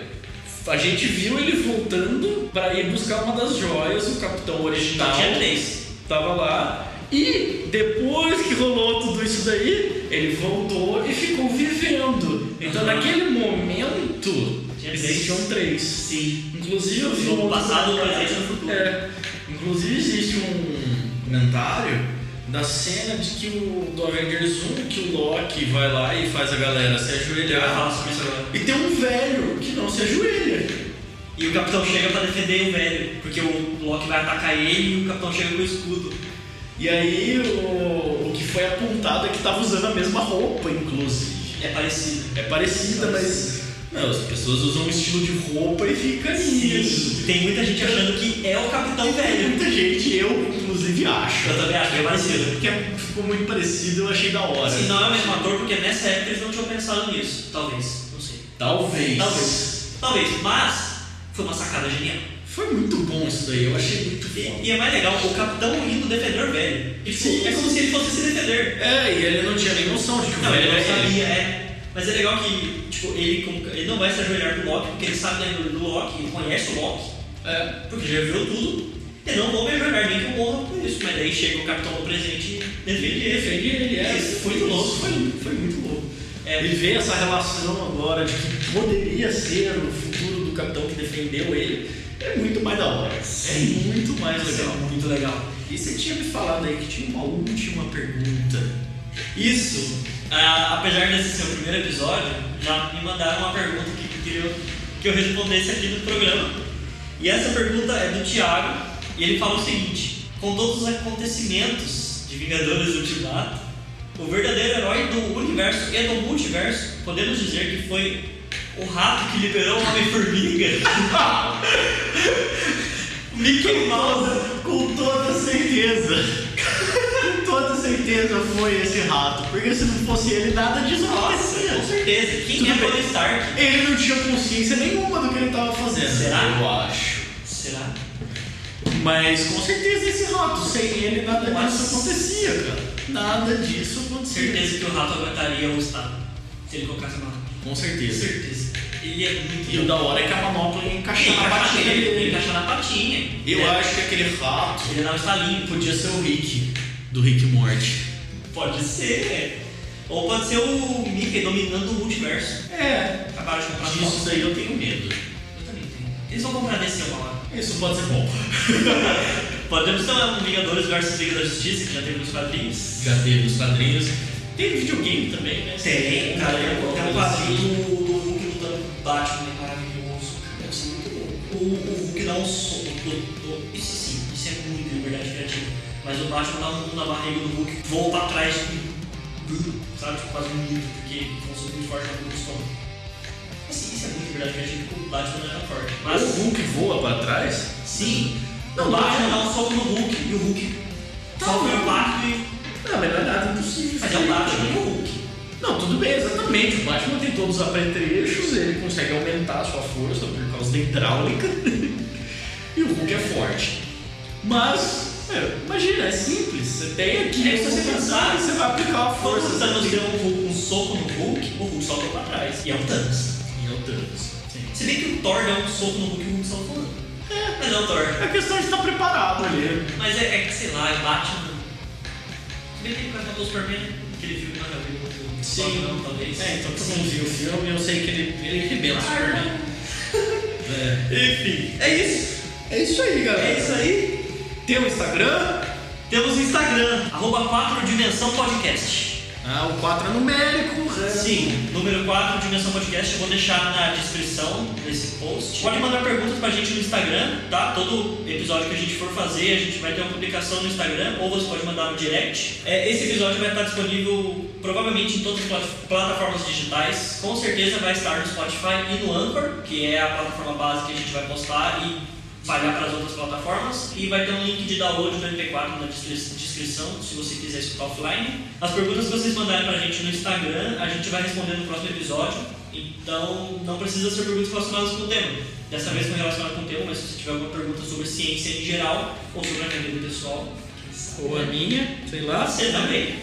a gente viu ele voltando para ir buscar uma das joias, o capitão original Tinha três. tava lá. E depois que rolou tudo isso daí, ele voltou e ficou vivendo. Então Aham. naquele momento, Tinha existiam três. Sim. Inclusive, eu vi No um- passado, no presente e no futuro. É. Inclusive, existe um comentário da cena de que o do Avengers 1 que o Loki vai lá e faz a galera se Eu ia ajoelhar. falar sobre isso agora. E tem um velho que não se ajoelha. E o capitão chega pra defender o velho, porque o Loki vai atacar ele e o capitão chega com o escudo. E aí o, o que foi apontado é que tava usando a mesma roupa, inclusive. É parecido. É parecida, mas. Não, as pessoas usam um estilo de roupa e fica nisso. Sim. Tem muita gente achando que é o capitão Tem velho. muita gente, eu inclusive, acho. Eu também acho que é parecido. Porque é- ficou muito parecido, eu achei da hora. Assim, não é o mesmo ator, porque nessa época eles não tinham pensado nisso. Talvez. Não sei. Talvez. Talvez. Talvez, mas foi uma sacada genial. Foi muito bom isso daí, eu achei muito bom. E, e é mais legal, o capitão indo defender o velho. E, tipo, Sim, é como sim. se ele fosse se defender. É, e ele não tinha nem noção de que o Não, ele velho não era ele. sabia, é. Mas é legal que, tipo, ele, como- ele não vai se ajoelhar pro Loki, porque ele sabe da índole do Loki, ele conhece o Loki, É. porque já viu tudo. E não vou me ajoelhar nem que eu morra por isso. Mas daí chega o capitão no presente e defende ele. Defende ele, é. Isso, foi muito louco. Foi, foi muito louco. É. E ver essa relação agora de que poderia ser no futuro do capitão que defendeu ele é muito mais da hora. É muito mais Isso é legal. muito legal. E você tinha me falado aí que tinha uma última pergunta. Isso, ah, apesar desse ser o primeiro episódio, já me mandaram uma pergunta que, que queriam que eu respondesse aqui no programa. E essa pergunta é do Thiago, e ele fala o seguinte: Com todos os acontecimentos de Vingadores Ultimato, o verdadeiro herói do universo e do multiverso, podemos dizer que foi o rato que liberou o Homem-Formiga? Mickey Mouse! Com toda certeza. com toda certeza foi esse rato. Porque se não fosse ele, nada disso Nossa, com acontecia. certeza! Quem Tudo é bem. Tony Stark? Ele não tinha consciência nenhuma do que ele estava fazendo. Será? Eu acho. Será? Mas com certeza esse rato, sem ele nada Mas- disso acontecia, cara. Nada disso acontecia. Certeza que o rato aguentaria o estado se ele colocasse a manopla. Com certeza. Certeza. Ele é muito E o da hora é que a manopla ia encaixar na Encaixar batina ele, dele. encaixar na patinha. né? Eu é. acho que aquele rato Ele dá um estalinho. podia ser o Rick, do Rick Morty. Pode ser. Ou pode ser o Mickey dominando o multiverso. É, Acabaram de comprar disso daí eu tenho medo. Eu também tenho. Eles vão comprar desse uma hora. Isso pode ser bom. Podemos ter um Vingadores versus Liga da Justiça, que já teve nos quadrinhos. Já teve os quadrinhos. Tem videogame também, né? Tem, cara. Tem um coisa assim. quadrinho do do Hulk lutando com o Batman, é maravilhoso. cara. Deve ser muito bom. O, o Hulk dá um soco. do- do- Isso sim, isso é muito liberdade criativa. Mas o Batman dá um pulo na barriga do Hulk, voa pra trás, e, sabe? Tipo, quase um mito, porque foi um soco muito forte no estômago. Assim, isso é muito liberdade criativa, porque o Batman não era forte. Mas, o Hulk um voa pra trás? sim, Não, né? o Batman dá um soco no Hulk, e o Hulk Tá sofre bom. o impacto e... Não, mas não é um nada impossível. Mas é o Batman e o Hulk. Não, tudo bem, exatamente. O Batman tem todos os apetrechos, ele consegue aumentar a sua força por causa da hidráulica. e o Hulk é forte. Mas, é, imagina, é simples. Você tem aqui, É, se você você pensar, pensar, você vai aplicar a Quando o força. Thanos deu um, um soco no Hulk, o Hulk saltou pra trás. E é o Thanos. E é o Thanos. Sim. Se bem que o Thor deu um soco no Hulk e o Hulk saltou. É. Mas é o Thor. É questão de estar preparado ali. Mas é, é que, sei lá, é Batman. Se bem que ele quase matou o Superman, né? aquele filme nada a ver com o Sim. Batman, talvez. É, então todo mundo viu o filme, eu sei que ele, ele arrebenta o Superman. Claro. É. Ah, Enfim, é isso. É isso aí, galera. É isso aí. Tem o Instagram? Temos o Instagram, arroba 4 Dimensão Podcast. Ah, o 4 é numérico. é. Sim, número 4, Dimensão Podcast, eu vou deixar na descrição desse post. Pode mandar perguntas pra gente no Instagram, tá? Todo episódio que a gente for fazer, a gente vai ter uma publicação no Instagram, ou você pode mandar no direct. É, esse episódio vai estar disponível provavelmente em todas as plat- plataformas digitais. Com certeza vai estar no Spotify e no Anchor, que é a plataforma base que a gente vai postar e falhar para as outras plataformas e vai ter um link de download do MP4 na descri- descrição se você quiser escutar offline. As perguntas que vocês mandarem para a gente no Instagram, a gente vai responder no próximo episódio. Então não precisa ser perguntas relacionadas com o tema. Dessa vez não é relacionado com o tema, mas se você tiver alguma pergunta sobre ciência em geral ou sobre a minha vida pessoal, quem sabe, Ou a minha, sei lá. você também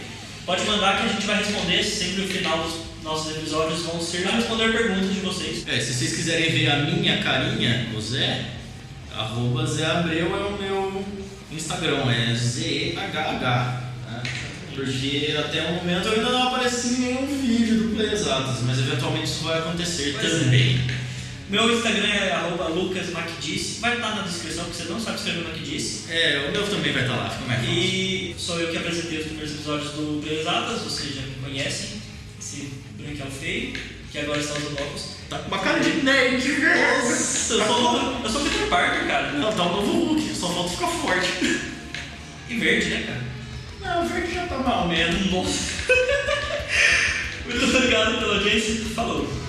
pode mandar que a gente vai responder. Sempre no final dos nossos episódios vão ser responder perguntas de vocês. É, se vocês quiserem ver a minha carinha, o Zé, arroba Zé Abreu é o meu Instagram, é ZHH. né? Porque até o momento eu ainda não apareci em nenhum vídeo do Play Exatas, mas eventualmente isso vai acontecer Pois é. também. Meu Instagram é arroba lucasmacdice, vai estar na descrição porque você não sabe escrever macdice. É, o meu também vai estar lá, fica mais é fácil. E sou eu que apresentei os primeiros episódios do Belezadas, vocês já me conhecem, esse branquelo feio, que agora está nos blocos. Tá com uma cara de nerd. né? Nossa, eu sou, eu sou Peter Parker, cara. Não, tá o novo Hulk, só falta ficar forte. E verde, né, cara? Não, o verde já tá mal mesmo. Nossa. Muito obrigado pela audiência, falou.